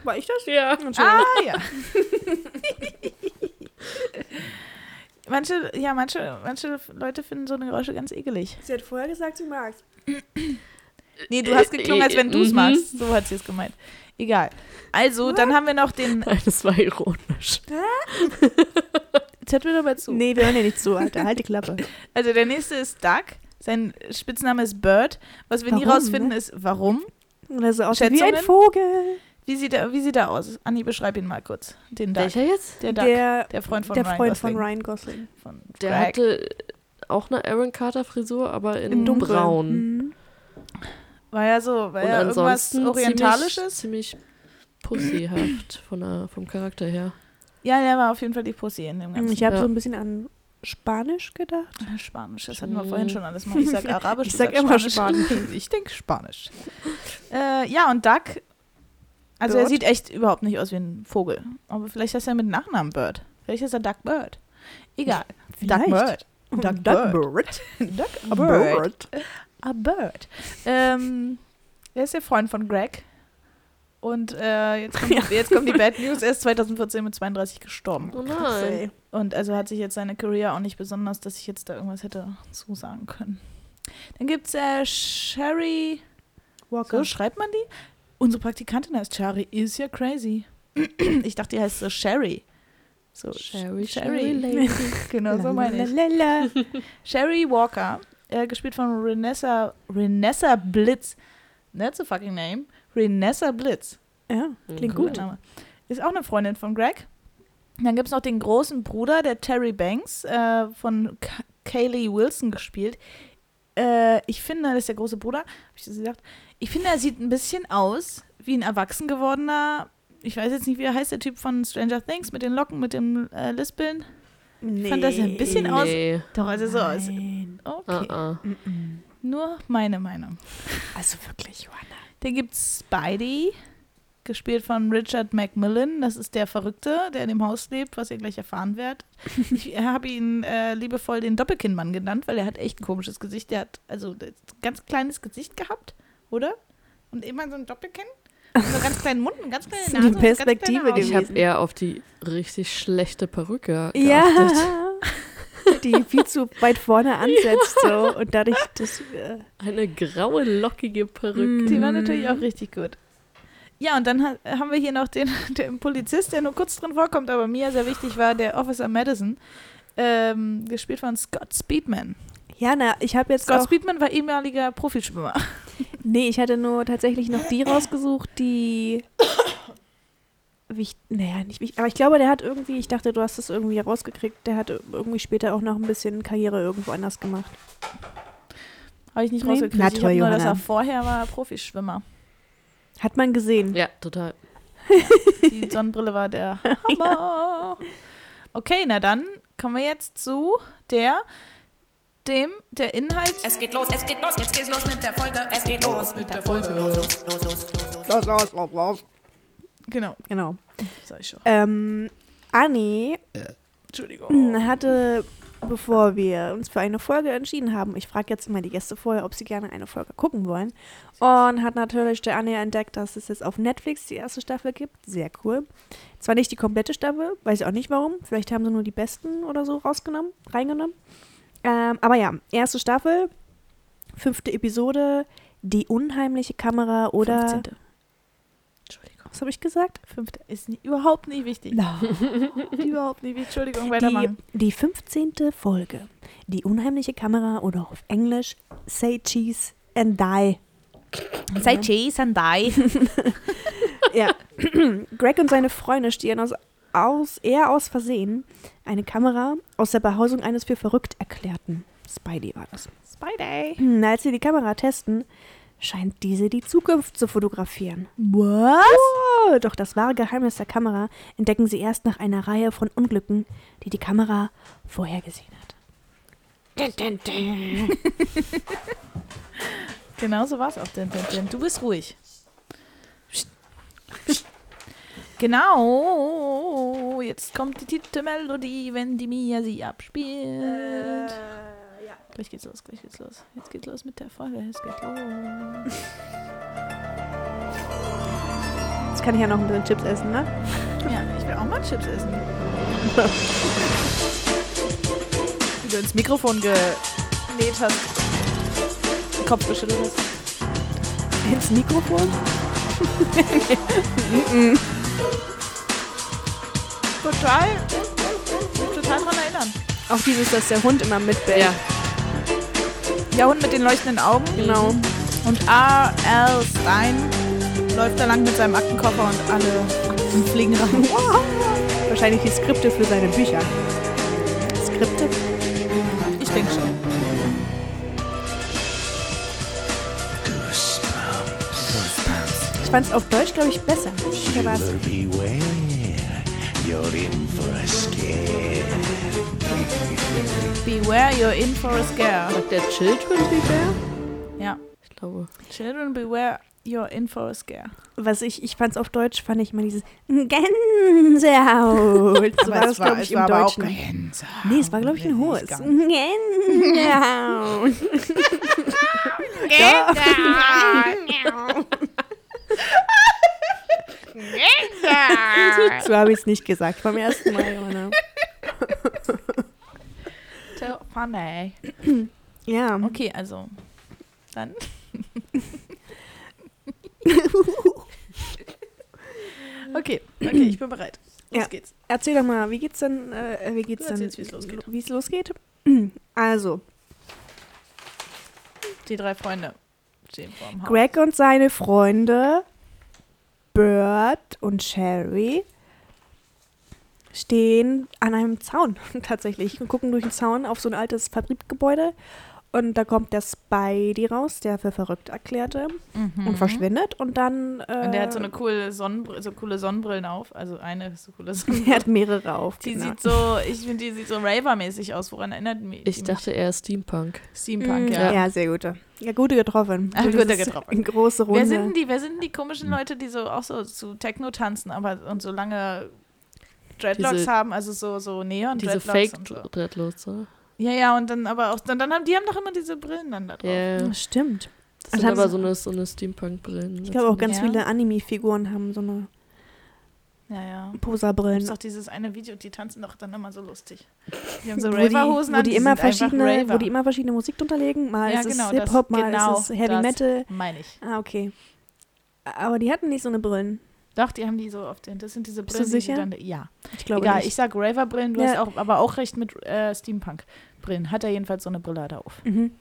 Speaker 2: War ich das?
Speaker 3: Ja.
Speaker 2: Entschuldigung.
Speaker 1: Ah, ja. manche, ja, manche, manche Leute finden so eine Geräusche ganz ekelig.
Speaker 2: Sie hat vorher gesagt, sie mag's.
Speaker 1: Nee, du hast geklungen, als wenn du es
Speaker 3: Mhm.
Speaker 1: magst. So hat sie es gemeint. Egal. Also, dann haben wir noch den.
Speaker 3: Nein, das war ironisch.
Speaker 1: Jetzt hört mir doch mal zu.
Speaker 2: Nee, wir hören dir nicht zu, Alter. Halt die Klappe.
Speaker 1: Also, der nächste ist Duck. Sein Spitzname ist Bird. Was wir nie
Speaker 2: Warum, ne?
Speaker 1: rausfinden, ist, warum?
Speaker 2: Oder so aus wie ein
Speaker 1: Schätzungen?
Speaker 2: Vogel.
Speaker 1: Wie sieht er, wie sieht er aus? Anni, beschreib ihn mal kurz. Den Duck.
Speaker 3: Welcher jetzt?
Speaker 1: Der Duck. Der,
Speaker 2: Der,
Speaker 1: Freund von
Speaker 2: der
Speaker 1: Ryan
Speaker 2: Freund
Speaker 1: Gosling.
Speaker 2: von Ryan Gosling.
Speaker 1: Von
Speaker 3: Der
Speaker 1: Greg.
Speaker 3: hatte äh, auch eine Aaron Carter Frisur, aber in,
Speaker 2: Im Dunkeln.
Speaker 3: braun.
Speaker 2: Mhm.
Speaker 1: War ja so, war
Speaker 3: Und
Speaker 1: Hm. ja irgendwas
Speaker 3: ansonsten
Speaker 1: Orientalisches.
Speaker 3: ziemlich, ziemlich pussyhaft von der, vom Charakter her.
Speaker 1: Ja, der war auf jeden Fall die Pussy in dem ganzen
Speaker 2: Ich habe
Speaker 3: Ja.
Speaker 2: so ein bisschen an Spanisch gedacht.
Speaker 1: Spanisch, das hatten wir vorhin schon alles mal. Ich sag Arabisch.
Speaker 2: Ich
Speaker 1: du
Speaker 2: sag
Speaker 1: sagst
Speaker 2: immer
Speaker 1: Ich denke Spanisch. äh, ja, und Duck, also er
Speaker 2: Bird?
Speaker 1: sieht echt überhaupt nicht aus wie ein Vogel. Aber vielleicht heißt er mit Nachnamen Bird. Vielleicht ist er Duck Bird. Egal. Duck Bird. Duck Bird. Duck a Bird. A Bird. Ähm, er ist der Freund von Greg. Und äh, jetzt, kommt, jetzt kommt die Bad News. Er ist 2014 mit 32 gestorben.
Speaker 3: Oh
Speaker 2: Krass,
Speaker 3: nein.
Speaker 2: ey.
Speaker 1: Und also hat sich jetzt seine Career auch nicht besonders, dass ich jetzt da irgendwas hätte zusagen können. Dann gibt es äh, Sherry.
Speaker 2: Walker.
Speaker 1: So schreibt man die? Unsere Praktikantin heißt Sherry. Ist ja crazy. Ich dachte, die heißt so Sherry. So
Speaker 3: Sherry,
Speaker 1: Sherry.
Speaker 3: Sherry Lady.
Speaker 1: Genau so meine ich.
Speaker 2: Lalalala.
Speaker 1: Sherry Walker, äh, gespielt von Renessa, Renessa Blitz. That's a fucking name. Renessa Blitz.
Speaker 2: Ja, klingt
Speaker 1: Cooler
Speaker 2: gut.
Speaker 3: Hm.
Speaker 1: Name. Ist auch eine Freundin von Greg. Dann gibt es noch den großen Bruder, der Terry Banks, äh, von K Kaylee Wilson gespielt. Äh, ich finde, das ist der große Bruder, habe ich das gesagt. Ich finde, er sieht ein bisschen aus wie ein erwachsen gewordener, ich weiß jetzt nicht, wie er heißt, der Typ von Stranger Things mit den Locken, mit dem äh, Lispeln.
Speaker 2: Nee.
Speaker 1: fand das ein bisschen aus-
Speaker 3: Nee.
Speaker 1: Doch, also so. Also,
Speaker 2: Nein.
Speaker 1: okay.
Speaker 3: Ah, ah.
Speaker 1: Nur meine Meinung.
Speaker 2: Also wirklich, Johanna.
Speaker 1: Dann gibt's Spidey, gespielt von Richard Macmillan. Das ist der Verrückte, der in dem Haus lebt, was ihr gleich erfahren werdet. Ich habe ihn äh, liebevoll den Doppelkinnmann genannt, weil er hat echt ein komisches Gesicht. Der hat also ein ganz kleines Gesicht gehabt, oder? Und immer so ein Doppelkinn. Nur ganz kleinen Mund, einen ganz kleine
Speaker 2: Das ist
Speaker 1: Nase.
Speaker 2: die
Speaker 1: und ganz kleine
Speaker 2: Perspektive
Speaker 1: Augen.
Speaker 3: Ich habe eher auf die richtig schlechte Perücke geachtet.
Speaker 2: Ja. Oh Die viel zu weit vorne ansetzt so und dadurch das. Äh,
Speaker 3: Eine graue, lockige Perücke.
Speaker 1: Die
Speaker 2: Mhm.
Speaker 1: war natürlich auch richtig gut. Ja, und dann ha haben wir hier noch den, den Polizist, der nur kurz drin vorkommt, aber mir sehr wichtig war, der Officer Madison, ähm, gespielt von Scott Speedman.
Speaker 2: ja, na, ich habe jetzt
Speaker 1: Scott
Speaker 2: auch.
Speaker 1: Speedman war ehemaliger Profischwimmer.
Speaker 2: Nee, ich hatte nur tatsächlich noch die rausgesucht, die. Wich, naja, nicht wichtig. Aber ich glaube, der hat irgendwie, ich dachte, du hast das irgendwie rausgekriegt, der hat irgendwie später auch noch ein bisschen Karriere irgendwo anders gemacht.
Speaker 1: Habe ich nicht
Speaker 2: Nee.
Speaker 1: rausgekriegt.
Speaker 2: Na
Speaker 1: ich
Speaker 2: toll,
Speaker 1: hab nur, dass
Speaker 2: Johanna.
Speaker 1: er vorher war Profischwimmer.
Speaker 2: Hat man gesehen.
Speaker 3: Ja, total.
Speaker 1: Die Sonnenbrille war der Hammer. Okay, na dann kommen wir jetzt zu der, dem, der Inhalt
Speaker 4: Es geht los, es geht los, jetzt geht's los mit der Folge. Es geht los mit der Folge.
Speaker 2: Los, los, los, los.
Speaker 1: Genau,
Speaker 2: Genau.
Speaker 1: sag ich schon.
Speaker 2: Ähm, Annie
Speaker 1: Entschuldigung.
Speaker 2: hatte, bevor wir uns für eine Folge entschieden haben, ich frage jetzt mal die Gäste vorher, ob sie gerne eine Folge gucken wollen, und hat natürlich der Anne entdeckt, dass es jetzt auf Netflix die erste Staffel gibt. Sehr cool. Zwar nicht die komplette Staffel, weiß ich auch nicht warum. Vielleicht haben sie nur die besten oder so rausgenommen, reingenommen. Ähm, aber ja, erste Staffel, fünfte Episode, die unheimliche Kamera oder.
Speaker 1: 15.. Entschuldigung.
Speaker 2: Was habe ich gesagt?
Speaker 1: Fünfte ist nie, überhaupt nicht wichtig. Überhaupt nicht wichtig. Entschuldigung, weitermachen.
Speaker 2: Die, die 15. Folge. Die unheimliche Kamera oder auf Englisch Say Cheese and Die. Ne?
Speaker 1: Say cheese and die.
Speaker 2: Ja. Greg und seine Freunde stehlen aus, aus, eher aus Versehen eine Kamera aus der Behausung eines für verrückt erklärten. Spidey war das.
Speaker 1: Spidey.
Speaker 2: Als sie die Kamera testen, scheint diese die Zukunft zu fotografieren.
Speaker 1: Was?
Speaker 2: Oh, doch das wahre Geheimnis der Kamera entdecken sie erst nach einer Reihe von Unglücken, die die Kamera vorhergesehen hat.
Speaker 1: Genau so war es auch. Din, din, din. Du bist ruhig. Psst. Psst. Genau. Jetzt kommt die Titelmelodie, wenn die Mia sie abspielt. Äh, Gleich geht's los, gleich geht's los. Jetzt geht's los mit der Folge. Es geht los.
Speaker 2: Jetzt kann ich ja noch ein bisschen Chips essen, ne?
Speaker 1: Ja, ich will auch mal Chips essen. Wie du ins Mikrofon genäht hast. Den Kopf geschüttelt hast.
Speaker 2: Ins Mikrofon?
Speaker 1: Total. Total dran erinnern.
Speaker 2: Auch dieses, dass der Hund immer mitbellt.
Speaker 3: Ja,
Speaker 1: Ja, Hund mit den leuchtenden Augen.
Speaker 2: Genau.
Speaker 1: Und R.L. Stein läuft da lang mit seinem Aktenkoffer und alle fliegen rein.
Speaker 2: Wahrscheinlich die Skripte für seine Bücher. Skripte?
Speaker 1: Ich denke schon.
Speaker 2: Ich fand es auf Deutsch, glaube ich, besser. Da war's-
Speaker 5: But beware, you're in for a scare.
Speaker 1: Beware, you're in for a scare.
Speaker 3: sagt der Children Beware?
Speaker 1: Ja.
Speaker 3: Ich glaube.
Speaker 1: Children, beware, you're in for a scare.
Speaker 2: Was ich, ich fand es auf Deutsch, fand ich immer dieses Gänsehaut. So war das, glaube ich, im Deutschen. Nee, es war, glaube
Speaker 1: Ah,
Speaker 2: ich, ein hohes. Gänsehaut. So habe ich es nicht gesagt beim ersten Mal. Johanna.
Speaker 1: So funny.
Speaker 2: Ja.
Speaker 1: Okay, also. Dann. okay, okay, ich bin bereit. Los
Speaker 2: Ja.
Speaker 1: geht's.
Speaker 2: Erzähl doch mal, wie geht's denn, äh, wie geht's
Speaker 1: Du
Speaker 2: denn,
Speaker 1: erzählst, wie's losgeht.
Speaker 2: Wie's losgeht? Also,
Speaker 1: Die drei Freunde stehen vor dem Haus.
Speaker 2: Greg und seine Freunde Bert und Sherry stehen an einem Zaun tatsächlich und gucken durch den Zaun auf so ein altes Fabrikgebäude und da kommt der Spidey raus, der für verrückt erklärte
Speaker 1: Mhm.
Speaker 2: und verschwindet und dann äh,
Speaker 1: Und der hat so eine coole Sonnenbrille, so coole Sonnenbrillen auf. Also eine ist so coole Sonnenbrille.
Speaker 2: er äh, hat mehrere auf.
Speaker 1: Die
Speaker 2: genau.
Speaker 1: sieht so, ich finde, die sieht so Raver-mäßig aus. Woran erinnert mich?
Speaker 3: Ich dachte eher Steampunk.
Speaker 1: Steampunk,
Speaker 2: mm, Mhm. ja.
Speaker 1: ja.
Speaker 2: sehr gute. Ja, gute getroffen.
Speaker 1: Ah, gute
Speaker 2: Gutes-
Speaker 1: getroffen.
Speaker 2: Große Runde. Mm.
Speaker 1: Wer sind denn die? Wer sind denn die komischen Leute, die so auch so zu Techno tanzen, aber und so lange Dreadlocks
Speaker 3: Diese-
Speaker 1: haben, also so so Neon
Speaker 3: Diese
Speaker 1: Dreadlocks und so. Oh.
Speaker 3: Fake-Dreadlocks, oder?
Speaker 1: Ja, ja, und dann aber auch dann, dann haben die haben doch immer diese Brillen dann da drauf.
Speaker 3: Ja.
Speaker 2: Ja, Stimmt.
Speaker 3: Das
Speaker 2: Das
Speaker 3: sind
Speaker 2: haben
Speaker 3: aber
Speaker 2: sie-
Speaker 3: so eine, so eine Steampunk-Brillen.
Speaker 2: Ich glaube auch ganz
Speaker 1: Ja.
Speaker 2: viele Anime-Figuren haben so eine
Speaker 1: Ja, ja. Ist
Speaker 2: Poserbrillen.
Speaker 1: doch dieses eine Video, die tanzen doch dann immer so lustig. Die haben so
Speaker 2: wo die,
Speaker 1: Raver-Hosen
Speaker 2: wo
Speaker 1: an,
Speaker 2: die
Speaker 1: die
Speaker 2: immer
Speaker 1: sind einfach
Speaker 2: verschiedene, wo
Speaker 1: Raver.
Speaker 2: die immer verschiedene Musik drunter legen. Mal
Speaker 1: Ja,
Speaker 2: ist es
Speaker 1: genau, das-
Speaker 2: Hip-Hop, mal
Speaker 1: genau
Speaker 2: ist es Heavy
Speaker 1: das.
Speaker 2: Metal.
Speaker 1: Meine ich.
Speaker 2: Ah, okay. Aber die hatten nicht so eine Brillen.
Speaker 1: Doch, die haben die so auf den. Das sind diese
Speaker 2: Bist
Speaker 1: Brillen.
Speaker 2: du
Speaker 1: die
Speaker 2: sicher?
Speaker 1: Die dann, ja.
Speaker 2: Ich glaube
Speaker 1: Egal,
Speaker 2: nicht.
Speaker 1: ich sag Raver-Brillen, du
Speaker 2: Ja.
Speaker 1: hast auch, aber auch recht mit äh, Steampunk-Brillen. Hat er jedenfalls so eine Brille da auf.
Speaker 2: mhm.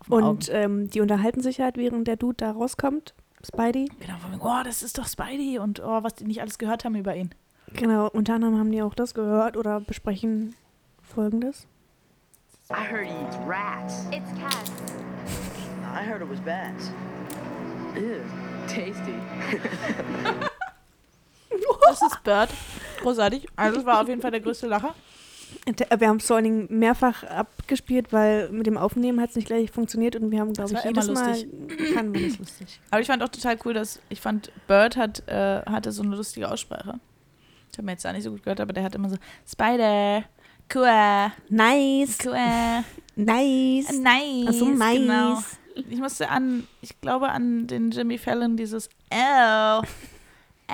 Speaker 1: auf den Augen.
Speaker 2: Und ähm, die unterhalten sich halt, während der Dude da rauskommt. Spidey.
Speaker 1: Genau, von wegen, oh, das ist doch Spidey und oh, was die nicht alles gehört haben über ihn.
Speaker 2: Genau, unter anderem haben die auch das gehört oder besprechen folgendes.
Speaker 6: I heard he eats rats.
Speaker 7: It's cats.
Speaker 6: I heard it was bats. Ew, tasty.
Speaker 1: Das ist Bird. Großartig. Also, es war auf jeden Fall der größte Lacher.
Speaker 2: Und, äh, Wir haben es vor allen Dingen mehrfach abgespielt, weil mit dem Aufnehmen hat es nicht gleich funktioniert und wir haben, glaube
Speaker 1: war
Speaker 2: ich, jedes
Speaker 1: immer
Speaker 2: Mal.
Speaker 1: lustig.
Speaker 2: Kann man das lustig.
Speaker 1: Aber ich fand auch total cool, dass ich fand, Bird hat, äh, hatte so eine lustige Aussprache. Ich habe mir jetzt auch nicht so gut gehört, aber der hat immer so Spider, cool,
Speaker 2: Nice,
Speaker 1: cool,
Speaker 2: nice.
Speaker 1: nice.
Speaker 2: Also nice.
Speaker 1: Genau. Ich musste an, ich glaube an den Jimmy Fallon dieses L, L,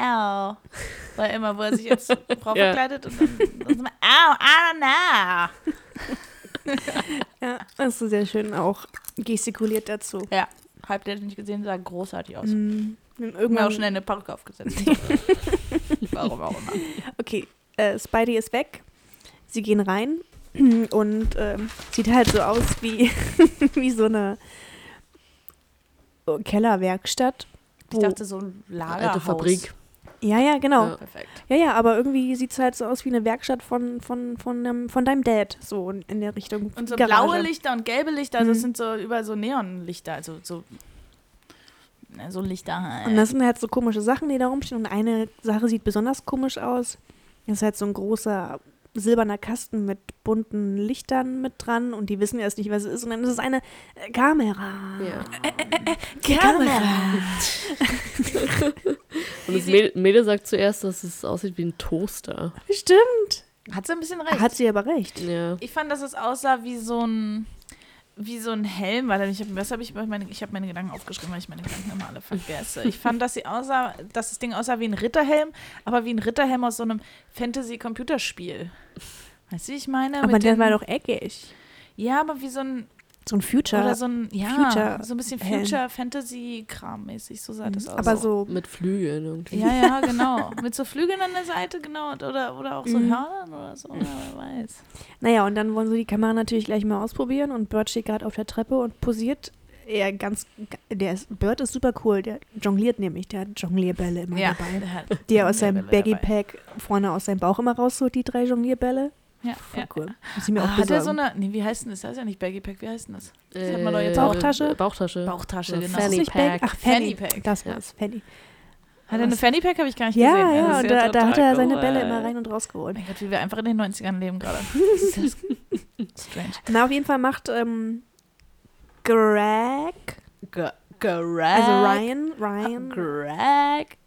Speaker 1: war immer, wo er sich als Frau
Speaker 3: Ja.
Speaker 1: verkleidet und dann, dann immer, Au, I don't know.
Speaker 2: Ja, hast du sehr schön auch gestikuliert dazu.
Speaker 1: Halb der hat nicht gesehen, sah großartig aus.
Speaker 2: Mhm.
Speaker 1: Mir
Speaker 2: Irgendwann
Speaker 1: auch schnell eine Perücke aufgesetzt. Warum auch immer.
Speaker 2: Okay, äh, Spidey ist weg. Sie gehen rein und ähm, sieht halt so aus wie, wie so eine Oh, Kellerwerkstatt.
Speaker 1: Ich dachte so ein Lagerhaus.
Speaker 3: Alte Fabrik.
Speaker 2: Ja, ja, genau.
Speaker 3: Ja.
Speaker 1: Perfekt.
Speaker 2: Ja, ja, aber irgendwie sieht es halt so aus wie eine Werkstatt von, von, von, einem, von deinem Dad, so in, in der Richtung.
Speaker 1: Und so
Speaker 2: Garage.
Speaker 1: blaue Lichter und gelbe Lichter, also
Speaker 2: Mhm.
Speaker 1: es sind so über so Neonlichter, also so na, so Lichter halt.
Speaker 2: Und das sind halt so komische Sachen, die da rumstehen. Und eine Sache sieht besonders komisch aus. Das ist halt so ein großer silberner Kasten mit bunten Lichtern mit dran und die wissen erst nicht, was es ist. Und dann ist es eine äh, Kamera.
Speaker 3: Ja.
Speaker 2: Kamera.
Speaker 3: Und das Mädel, Mädel sagt zuerst, dass es aussieht wie ein Toaster.
Speaker 2: Stimmt.
Speaker 1: hat sie ein bisschen recht.
Speaker 2: Hat sie aber recht.
Speaker 3: Ja.
Speaker 1: ich fand, dass es aussah wie so ein wie so ein Helm, weil ich habe was habe ich meine ich habe meine Gedanken aufgeschrieben, weil ich meine Gedanken immer alle vergesse. Ich fand, dass sie aussah, dass das Ding aussah wie ein Ritterhelm, aber wie ein Ritterhelm aus so einem Fantasy Computerspiel. Weißt du, wie ich meine?
Speaker 2: Aber
Speaker 1: Mit
Speaker 2: der
Speaker 1: den-
Speaker 2: war doch eckig.
Speaker 1: ja, aber wie so ein
Speaker 2: So ein Future.
Speaker 1: Oder so ein, ja,
Speaker 2: Future-
Speaker 1: so ein bisschen
Speaker 2: Helm. Mhm.
Speaker 1: Future-Fantasy-Kram-mäßig, so sah das aus.
Speaker 2: aber so,
Speaker 3: Mit Flügeln irgendwie.
Speaker 1: Ja, ja, genau. Mit so Flügeln an der Seite, genau. und- Oder, oder auch so
Speaker 2: Mhm.
Speaker 1: Hörnern oder so, ja, wer weiß.
Speaker 2: naja, und dann wollen sie die Kamera natürlich gleich mal ausprobieren und Bird steht gerade auf der Treppe und posiert. Er ganz, der ist, Bird ist super cool, der jongliert nämlich, der hat Jonglierbälle immer
Speaker 1: Ja,
Speaker 2: dabei.
Speaker 1: der hat
Speaker 2: die er aus seinem
Speaker 1: Bälle
Speaker 2: Baggy
Speaker 1: dabei.
Speaker 2: Pack vorne aus seinem Bauch immer rausholt, die drei Jonglierbälle.
Speaker 1: Ja,
Speaker 2: Voll
Speaker 1: ja.
Speaker 2: cool. Muss ich mir
Speaker 1: Ah,
Speaker 2: auch
Speaker 1: hat er
Speaker 2: besorgen.
Speaker 1: so eine, nee, wie heißt denn das? Das heißt ja nicht Baggy Pack, wie heißt denn das? Das hat man doch
Speaker 3: Äh,
Speaker 1: jetzt auch.
Speaker 2: Bauchtasche?
Speaker 3: Bauchtasche.
Speaker 1: Bauchtasche,
Speaker 3: Ja,
Speaker 1: genau.
Speaker 2: Ist das
Speaker 3: Fanny
Speaker 2: nicht Baggy-
Speaker 3: Pack.
Speaker 2: Ach, Fanny,
Speaker 1: Fanny Pack.
Speaker 2: Das
Speaker 3: Ja.
Speaker 2: war's, Fanny.
Speaker 1: Hat er eine Fanny Pack, habe ich gar nicht
Speaker 2: Ja,
Speaker 1: gesehen.
Speaker 2: ja,
Speaker 1: Das
Speaker 2: und
Speaker 1: ist
Speaker 2: da, da
Speaker 1: total
Speaker 2: hat er seine
Speaker 1: cool.
Speaker 2: Bälle immer rein und rausgeholt.
Speaker 1: Mein Gott, wie wir einfach in den 90ern leben gerade. Das ist das strange.
Speaker 2: Na, auf jeden Fall macht ähm, Greg,
Speaker 1: G- Greg. Ah,
Speaker 2: also Ryan, Ryan,
Speaker 1: Greg.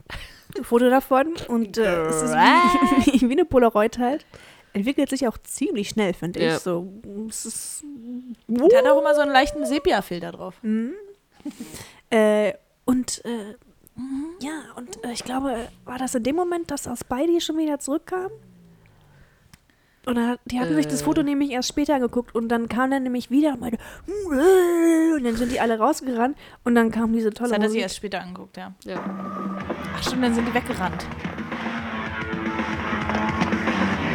Speaker 2: ein Foto davon und äh, es ist wie, wie eine Polaroid halt. Entwickelt sich auch ziemlich schnell, finde
Speaker 3: Ja.
Speaker 2: ich. So, es ist
Speaker 1: Und hat auch immer so einen leichten Sepia-Filter drauf.
Speaker 2: hm. Äh, und äh, ja, und äh, ich glaube, war das in dem Moment, dass aus Spidey schon wieder zurückkam? Oder hat- die hatten sich das
Speaker 3: Äh.
Speaker 2: Foto nämlich erst später angeguckt und dann kam er nämlich wieder und meinte, "Mh, äh", und dann sind die alle rausgerannt und dann kam diese tolle
Speaker 1: Das hat er sich
Speaker 2: Musik.
Speaker 1: erst später angeguckt, ja.
Speaker 3: Ja.
Speaker 1: Ach stimmt, dann sind die weggerannt.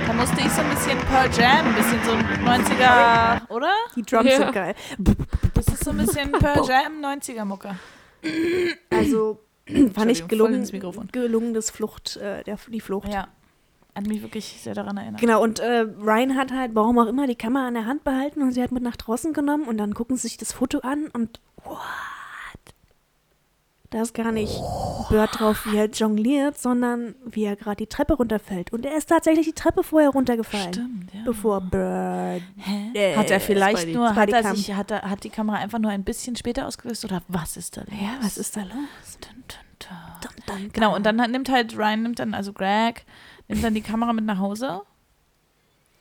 Speaker 1: Da musste ich so ein bisschen Pearl Jam, ein bisschen so 90er, oder?
Speaker 2: die Drums
Speaker 3: Ja.
Speaker 2: sind geil.
Speaker 1: Das ist so ein bisschen Pearl Jam 90er-Mucke.
Speaker 2: Also fand ich
Speaker 1: Entschuldigung, voll
Speaker 2: gelungen,
Speaker 1: ins Mikrofon.
Speaker 2: gelungen das Flucht, äh, der, die Flucht.
Speaker 1: Ja. Hat mich wirklich sehr daran erinnert.
Speaker 2: Genau, und äh, Ryan hat halt, warum auch immer, die Kamera in der Hand behalten und sie hat mit nach draußen genommen und dann gucken sie sich das Foto an und what? Da ist gar nicht Bird drauf, wie er jongliert, sondern wie er gerade die Treppe runterfällt. Und er ist tatsächlich die Treppe vorher runtergefallen.
Speaker 1: Stimmt, ja.
Speaker 2: Bevor Bird.
Speaker 1: Hä? Hat er vielleicht
Speaker 3: Spidey-
Speaker 1: nur, hat,
Speaker 2: Äh, Spidey
Speaker 1: er
Speaker 2: kam.
Speaker 1: sich, hat, er, hat die Kamera einfach nur ein bisschen später ausgelöst oder was ist da los?
Speaker 2: Ja, was ist da los?
Speaker 1: Dun, dun, dun.
Speaker 2: Dum, dum, dum.
Speaker 1: Genau, und dann hat, nimmt halt Ryan, nimmt dann, also Greg, nimmt dann die Kamera mit nach Hause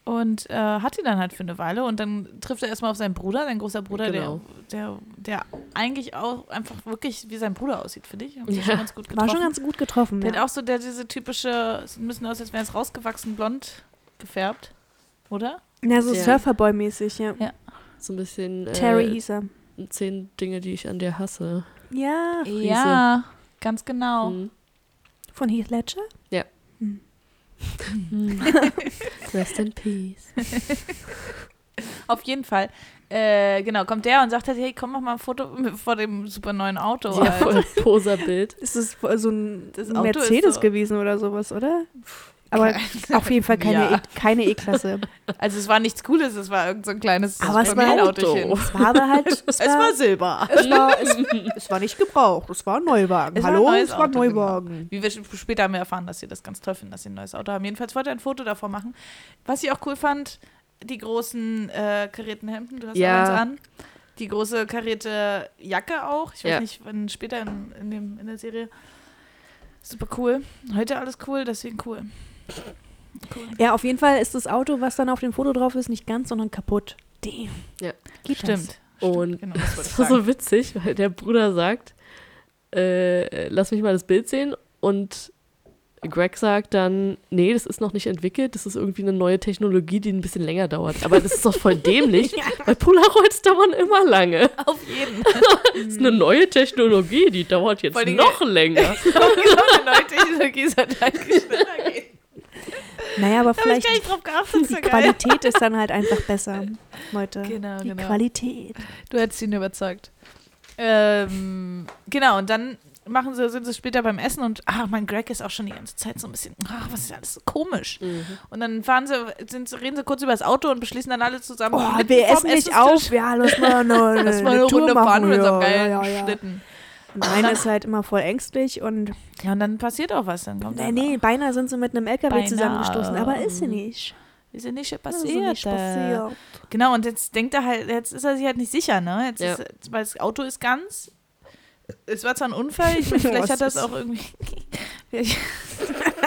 Speaker 1: Und äh, hat die dann halt für eine Weile. Und dann trifft er erstmal auf seinen Bruder, sein großer Bruder,
Speaker 3: Genau.
Speaker 1: der, der, der eigentlich auch einfach wirklich wie sein Bruder aussieht, finde ich. Haben sie schon
Speaker 3: Ja.
Speaker 1: ganz gut getroffen.
Speaker 2: War schon ganz gut getroffen.
Speaker 1: der
Speaker 2: Ja.
Speaker 1: hat auch so der, diese typische, sie müssen aus, als wären es rausgewachsen, blond gefärbt, oder?
Speaker 2: Na, so
Speaker 3: Ja.
Speaker 2: Surferboy-mäßig, ja.
Speaker 3: So ein bisschen äh,
Speaker 2: Terry hieß er.
Speaker 3: zehn Dinge, die ich an dir hasse.
Speaker 2: Ja,
Speaker 1: äh, Ja, ganz genau.
Speaker 2: Hm.
Speaker 3: Mhm.
Speaker 2: von Heath Ledger.
Speaker 3: Hm. Rest in peace.
Speaker 1: Auf jeden Fall. Äh, genau, kommt der und sagt halt, hey, komm, mach mal ein Foto vor dem super neuen Auto.
Speaker 3: Ja,
Speaker 1: Alter.
Speaker 3: voll Poserbild.
Speaker 2: Ist es so ein
Speaker 1: Das Auto ist
Speaker 2: Mercedes
Speaker 1: so-
Speaker 2: gewesen oder sowas, oder? Aber
Speaker 1: Keine-
Speaker 2: auf jeden Fall keine
Speaker 1: Ja.
Speaker 2: E- keine E-Klasse.
Speaker 1: Also es war nichts Cooles, es war irgend so ein kleines
Speaker 2: Aber es war ein
Speaker 1: Familienautochen.
Speaker 2: es war aber halt. Es
Speaker 1: Silber.
Speaker 2: es war, es, es war nicht gebraucht, es war ein Neuwagen.
Speaker 1: Es war ein
Speaker 2: Hallo,
Speaker 1: neues
Speaker 2: es war ein
Speaker 1: Auto, genau.
Speaker 2: Neuwagen.
Speaker 1: Wie wir sch- später haben wir erfahren, dass sie das ganz toll finden, dass sie ein neues Auto haben. Jedenfalls wollte er ein Foto davor machen. Was ich auch cool fand, die großen äh, karierten Hemden, du hast
Speaker 3: Ja.
Speaker 1: ja. eins an. Die große karierte Jacke auch. Ich weiß
Speaker 3: Ja.
Speaker 1: nicht, wann später in, in, dem, in der Serie. Super cool. Heute alles cool, deswegen cool.
Speaker 2: Ja, auf jeden Fall ist das Auto, was dann auf dem Foto drauf ist, nicht ganz, sondern kaputt. Damn.
Speaker 3: Ja.
Speaker 2: Geht Das?
Speaker 1: Stimmt.
Speaker 3: Und
Speaker 1: Genau, das wollte ich
Speaker 3: das war
Speaker 1: sagen.
Speaker 3: so witzig, weil der Bruder sagt, äh, lass mich mal das Bild sehen. Und Greg sagt dann, nee, das ist noch nicht entwickelt, das ist irgendwie eine neue Technologie, die ein bisschen länger dauert. Aber das ist doch voll dämlich, weil Polaroids dauern immer lange.
Speaker 1: Auf jeden.
Speaker 3: Das ist eine neue Technologie, die dauert jetzt
Speaker 1: Vor allen Dingen-
Speaker 3: noch länger.
Speaker 1: genau, eine neue Technologie sollte eigentlich schneller gehen.
Speaker 2: Naja, aber
Speaker 1: Da habe ich
Speaker 2: vielleicht
Speaker 1: gar nicht drauf geachtet. Ist
Speaker 2: die
Speaker 1: ja geil.
Speaker 2: Qualität ist dann halt einfach besser, Leute.
Speaker 1: Genau,
Speaker 2: die
Speaker 1: genau.
Speaker 2: Qualität.
Speaker 1: Du hättest ihn überzeugt. Ähm, genau, und dann machen sie, sind sie später beim Essen und ah, mein Greg ist auch schon die ganze Zeit so ein bisschen, ach, was ist alles so komisch.
Speaker 2: Mhm.
Speaker 1: Und dann fahren sie, sind, sie- reden sie kurz über das Auto und beschließen dann alle zusammen.
Speaker 2: Oh,
Speaker 1: mitten
Speaker 2: wir
Speaker 1: vorm
Speaker 2: essen nicht
Speaker 1: Essenstisch,
Speaker 2: auf. Ja, lass mal eine, eine,
Speaker 1: Dass wir eine
Speaker 2: eine Tour
Speaker 1: Runde
Speaker 2: machen.
Speaker 1: fahren mit
Speaker 2: ja,
Speaker 1: so einem geilen
Speaker 2: ja, ja, ja.
Speaker 1: Schlitten.
Speaker 2: Und einer ist halt immer voll ängstlich und
Speaker 1: Ja, und dann passiert auch was. Dann kommt
Speaker 2: nee,
Speaker 1: dann,
Speaker 2: nee, beinahe sind sie mit einem LKW
Speaker 1: Beinahe.
Speaker 2: zusammengestoßen, aber ist sie nicht.
Speaker 1: Ist ja nicht
Speaker 2: Das
Speaker 1: passiert.
Speaker 2: ist nicht
Speaker 1: äh.
Speaker 2: passiert.
Speaker 1: Genau, und jetzt denkt er halt, jetzt ist er sich halt nicht sicher, ne? Jetzt
Speaker 3: Ja.
Speaker 1: ist, jetzt- weil das Auto ist ganz. Es war zwar ein Unfall, ich meine, vielleicht
Speaker 2: Was
Speaker 1: hat das
Speaker 2: ist-
Speaker 1: auch irgendwie. vielleicht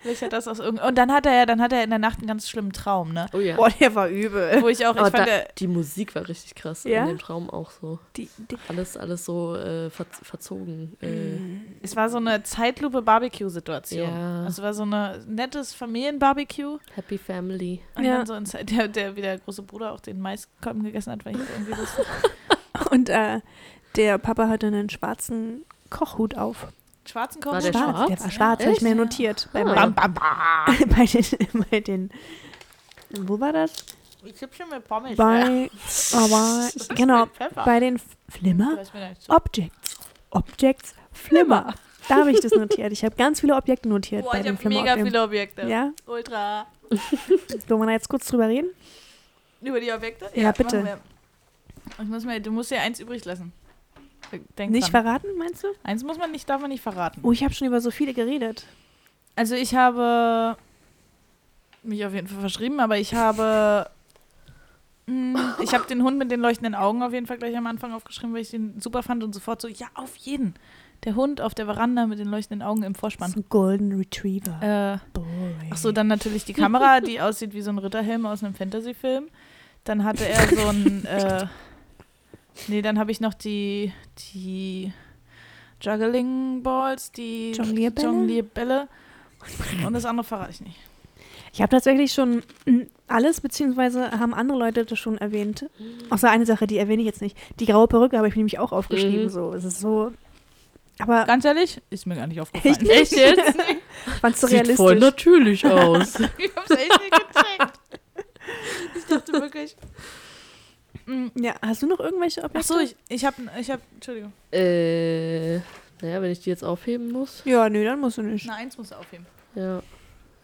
Speaker 1: vielleicht hat das aus irgendeinem. Und dann hat er ja, dann hat er in der Nacht einen ganz schlimmen Traum, ne?
Speaker 3: Oh ja.
Speaker 2: Boah, der war übel.
Speaker 1: Wo ich auch, ich
Speaker 3: Aber
Speaker 1: fand,
Speaker 3: Oh,
Speaker 1: äh,
Speaker 3: da,
Speaker 1: er,
Speaker 3: die Musik war richtig krass
Speaker 2: Ja?
Speaker 3: in dem Traum auch so.
Speaker 2: Die, die,
Speaker 3: Alles, alles so äh, ver verzogen.
Speaker 2: Mhm.
Speaker 3: Äh,
Speaker 1: es war so eine Zeitlupe-Barbecue-Situation.
Speaker 3: Ja.
Speaker 1: Also es war so ein nettes Familien-Barbecue.
Speaker 3: Happy Family.
Speaker 1: Und
Speaker 2: Ja.
Speaker 1: dann so ein Zeit, der, der wie der große Bruder auch den Maiskolben gegessen hat, weil ich irgendwie das.
Speaker 2: und äh, der Papa hatte einen schwarzen Kochhut auf.
Speaker 1: Schwarzen
Speaker 3: War
Speaker 1: Korb
Speaker 3: der schwarz?
Speaker 2: Der war schwarz, habe ich
Speaker 3: Echt?
Speaker 2: mir notiert. Bei,
Speaker 3: Ah.
Speaker 1: Bam, bam, bam.
Speaker 2: meinen, bei, den, bei den. Wo war das?
Speaker 1: Ich hab schon mit Pommes. ja.
Speaker 2: Bei. Aber. Genau.
Speaker 1: Mit Pfeffer.
Speaker 2: Bei den
Speaker 1: Du
Speaker 2: Flimmer
Speaker 1: hast mir da nicht so-
Speaker 2: Objects. Objects Flimmer. Da habe ich das notiert. Ich habe ganz viele Objekte notiert.
Speaker 1: Boah,
Speaker 2: Oh, bei
Speaker 1: ich
Speaker 2: den
Speaker 1: habe
Speaker 2: Flimmer
Speaker 1: mega
Speaker 2: Objekten.
Speaker 1: viele Objekte.
Speaker 2: Ja,
Speaker 1: Ultra.
Speaker 2: wollen wir da jetzt kurz drüber reden?
Speaker 1: Über die Objekte?
Speaker 2: Ja, bitte.
Speaker 1: machen wir. Ich muss mir, du musst dir eins übrig lassen. Äh, Denk
Speaker 2: Nicht
Speaker 1: dran.
Speaker 2: verraten, meinst du?
Speaker 1: Eins muss man nicht, darf man nicht verraten.
Speaker 2: Oh, ich habe schon über so viele geredet.
Speaker 1: Also ich habe mich auf jeden Fall verschrieben, aber ich habe mh, ich habe den Hund mit den leuchtenden Augen auf jeden Fall gleich am Anfang aufgeschrieben, weil ich den super fand und sofort so, ja, auf jeden. Der Hund auf der Veranda mit den leuchtenden Augen im Vorspann.
Speaker 2: So ein Golden Retriever.
Speaker 1: Äh,
Speaker 2: Boring.
Speaker 1: Ach so, dann natürlich die Kamera, die aussieht wie so ein Ritterhelm aus einem Fantasy-Film. Dann hatte er so ein. Äh, nee, dann habe ich noch die, die Juggling Balls, die
Speaker 2: Jonglierbälle?
Speaker 1: Jonglierbälle. Und das andere verrate ich nicht.
Speaker 2: Ich habe tatsächlich schon mm, alles, beziehungsweise haben andere Leute das schon erwähnt. Außer eine Sache, die erwähne ich jetzt nicht. Die graue Perücke habe ich mir nämlich auch aufgeschrieben.
Speaker 3: Mhm.
Speaker 2: So, es ist so. Aber
Speaker 1: Ganz ehrlich, ist mir gar nicht aufgefallen.
Speaker 3: Echt jetzt?
Speaker 2: fandst du
Speaker 3: Sieht voll
Speaker 2: realistisch?
Speaker 3: natürlich aus.
Speaker 1: Ich hab's echt nicht gecheckt. Ich dachte wirklich. Mm.
Speaker 2: Ja, hast du noch irgendwelche Objekte?
Speaker 1: Ach so, ich, ich habe. Ich hab, Entschuldigung.
Speaker 3: Äh, naja, wenn ich die jetzt aufheben muss.
Speaker 2: ja, nö, dann musst du nicht.
Speaker 1: Na, eins muss er aufheben.
Speaker 3: Ja.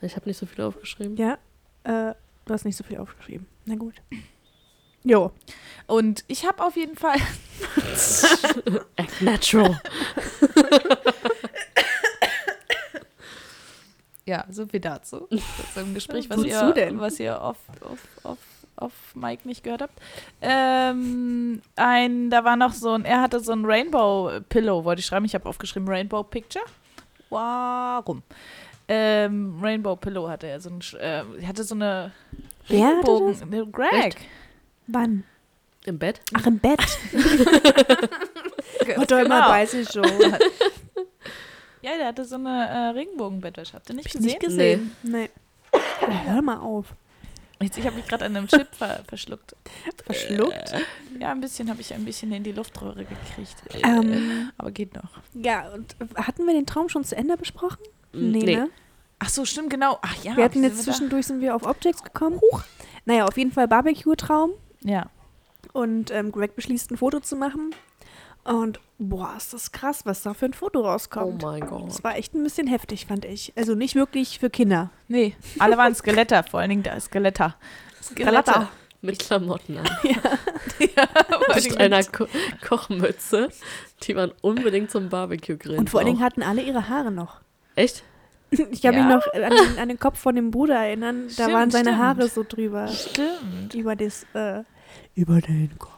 Speaker 3: Ich habe nicht so viel aufgeschrieben.
Speaker 2: Ja, äh, du hast nicht so viel aufgeschrieben. Na gut. Jo.
Speaker 1: Und ich habe auf jeden Fall.
Speaker 3: Act natural.
Speaker 1: Ja, so viel dazu. So im Gespräch, was
Speaker 2: Wozu
Speaker 1: ihr,
Speaker 2: denn?
Speaker 1: was ihr auf, auf, auf, auf Mike nicht gehört habt. Ähm, ein, da war noch so ein, er hatte so ein Rainbow Pillow, wollte ich schreiben. Ich habe aufgeschrieben Rainbow Picture. Warum? ähm, Rainbow Pillow hatte er so ein, Sch- äh, hatte so eine
Speaker 2: Wer hatte
Speaker 1: Regenbogen. Ne, Greg.
Speaker 3: Echt?
Speaker 2: Wann?
Speaker 3: Im Bett?
Speaker 2: Ach, im Bett. Hat doch immer
Speaker 1: Genau.
Speaker 2: bei sich schon. Hab
Speaker 1: Ja, der hatte so eine äh, Regenbogenbettwäsche. Habt ihr nicht
Speaker 2: ich
Speaker 1: gesehen?
Speaker 2: nicht gesehen. Nee. Hör mal auf.
Speaker 1: Jetzt, ich habe mich gerade an einem Chip ver verschluckt. Äh,
Speaker 2: Verschluckt?
Speaker 1: Ja, ein bisschen habe ich ein bisschen in die Luftröhre gekriegt.
Speaker 2: Ähm,
Speaker 1: Aber geht noch.
Speaker 2: ja, und hatten wir den Traum schon zu Ende besprochen?
Speaker 3: Mm,
Speaker 2: nee,
Speaker 3: nee.
Speaker 2: ne?
Speaker 1: Ach so, stimmt, genau. Ach ja.
Speaker 2: Wir hatten
Speaker 1: wie
Speaker 2: jetzt
Speaker 1: sind wir
Speaker 2: zwischendurch, sind wir auf Objects gekommen. Huch. Naja, auf jeden Fall Barbecue-Traum.
Speaker 1: da? Ja.
Speaker 2: Und ähm, Greg beschließt, ein Foto zu machen. Und boah, ist das krass, was da für ein Foto rauskommt.
Speaker 3: Oh mein Gott.
Speaker 2: Das war echt ein bisschen heftig, fand ich. Also nicht wirklich für Kinder.
Speaker 1: Nee, alle waren Skeletter, vor allen Dingen da Skeletter.
Speaker 2: Skeletter.
Speaker 3: Mit Klamotten an.
Speaker 1: ja, vor allen
Speaker 3: Mit
Speaker 1: Dingen-
Speaker 3: einer Ko Kochmütze, die man unbedingt zum Barbecue grillen
Speaker 2: Und vor allen Dingen
Speaker 3: braucht.
Speaker 2: hatten alle ihre Haare noch.
Speaker 3: Echt?
Speaker 2: Ich kann
Speaker 1: Ja?
Speaker 2: mich noch an den, an den Kopf von dem Bruder erinnern. Da
Speaker 1: Stimmt,
Speaker 2: waren seine
Speaker 1: stimmt.
Speaker 2: Haare so drüber.
Speaker 1: Stimmt.
Speaker 2: Über, das, äh, über den Kopf.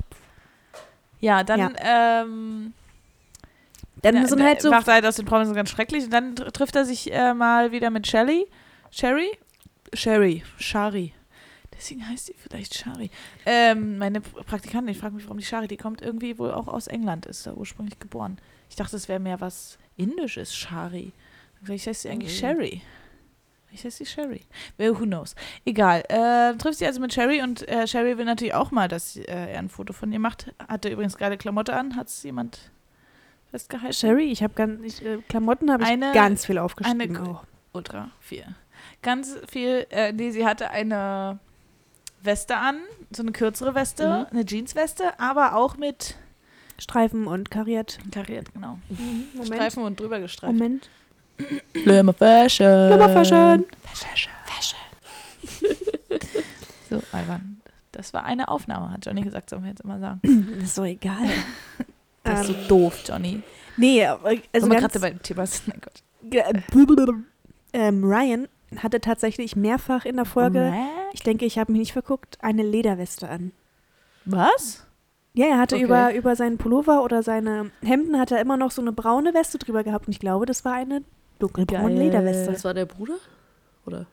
Speaker 1: Ja, dann Ähm,
Speaker 2: Dann
Speaker 1: na-
Speaker 2: sind
Speaker 1: na-
Speaker 2: halt so.
Speaker 1: macht er halt aus den Promis ganz schrecklich und dann tr- trifft er sich äh, mal wieder mit Shelly. Sherry? Sherry. Shari. Deswegen heißt sie vielleicht Shari. Ähm, meine P- Praktikantin, ich frage mich, warum die Shari, die kommt irgendwie wohl auch aus England, ist da ursprünglich geboren. Ich dachte, es wäre mehr was Indisches, Shari. Vielleicht heißt sie
Speaker 2: Oh.
Speaker 1: eigentlich Sherry. Vielleicht heißt sie Sherry. Well, who knows. Egal. Äh, trifft sie also mit Sherry und äh, Sherry will natürlich auch mal, dass äh, er ein Foto von ihr macht. Hatte übrigens geile Klamotte an. Hat es jemand festgehalten?
Speaker 2: Sherry, ich habe ganz. Ich, äh, Klamotten habe ich
Speaker 1: Eine-
Speaker 2: ganz viel aufgeschrieben.
Speaker 1: eine-
Speaker 2: auch.
Speaker 1: Ultra viel. Ganz viel, äh, nee, sie hatte eine Weste an, so eine kürzere Weste,
Speaker 2: Mhm.
Speaker 1: eine Jeansweste, aber auch mit
Speaker 2: Streifen und kariert.
Speaker 1: kariert, genau.
Speaker 2: Mhm, Moment.
Speaker 1: Streifen und drüber gestreift.
Speaker 2: Moment.
Speaker 1: Glamour Fashion.
Speaker 2: Glamour Fashion.
Speaker 1: Fashion. so, Alban, das war eine Aufnahme, hat Johnny gesagt, sollen wir jetzt immer sagen.
Speaker 2: Das ist doch egal.
Speaker 1: Das
Speaker 2: ähm,
Speaker 1: ist so doof, Johnny.
Speaker 2: nee, aber- also
Speaker 1: Wenn wir gerade
Speaker 2: ganz,
Speaker 1: beim Thema sind, mein Gott.
Speaker 2: ge- äh, blablabla. ähm, Ryan hatte tatsächlich mehrfach in der Folge,
Speaker 1: Alright.
Speaker 2: ich denke, ich habe mich nicht verguckt, eine Lederweste an.
Speaker 1: Was?
Speaker 2: Ja, er hatte
Speaker 3: Okay.
Speaker 2: über, über seinen Pullover oder seine Hemden hat er immer noch so eine braune Weste drüber gehabt und ich glaube, das war eine dunkelbraune
Speaker 1: Geil.
Speaker 2: Lederweste.
Speaker 3: Das war der Bruder? Oder?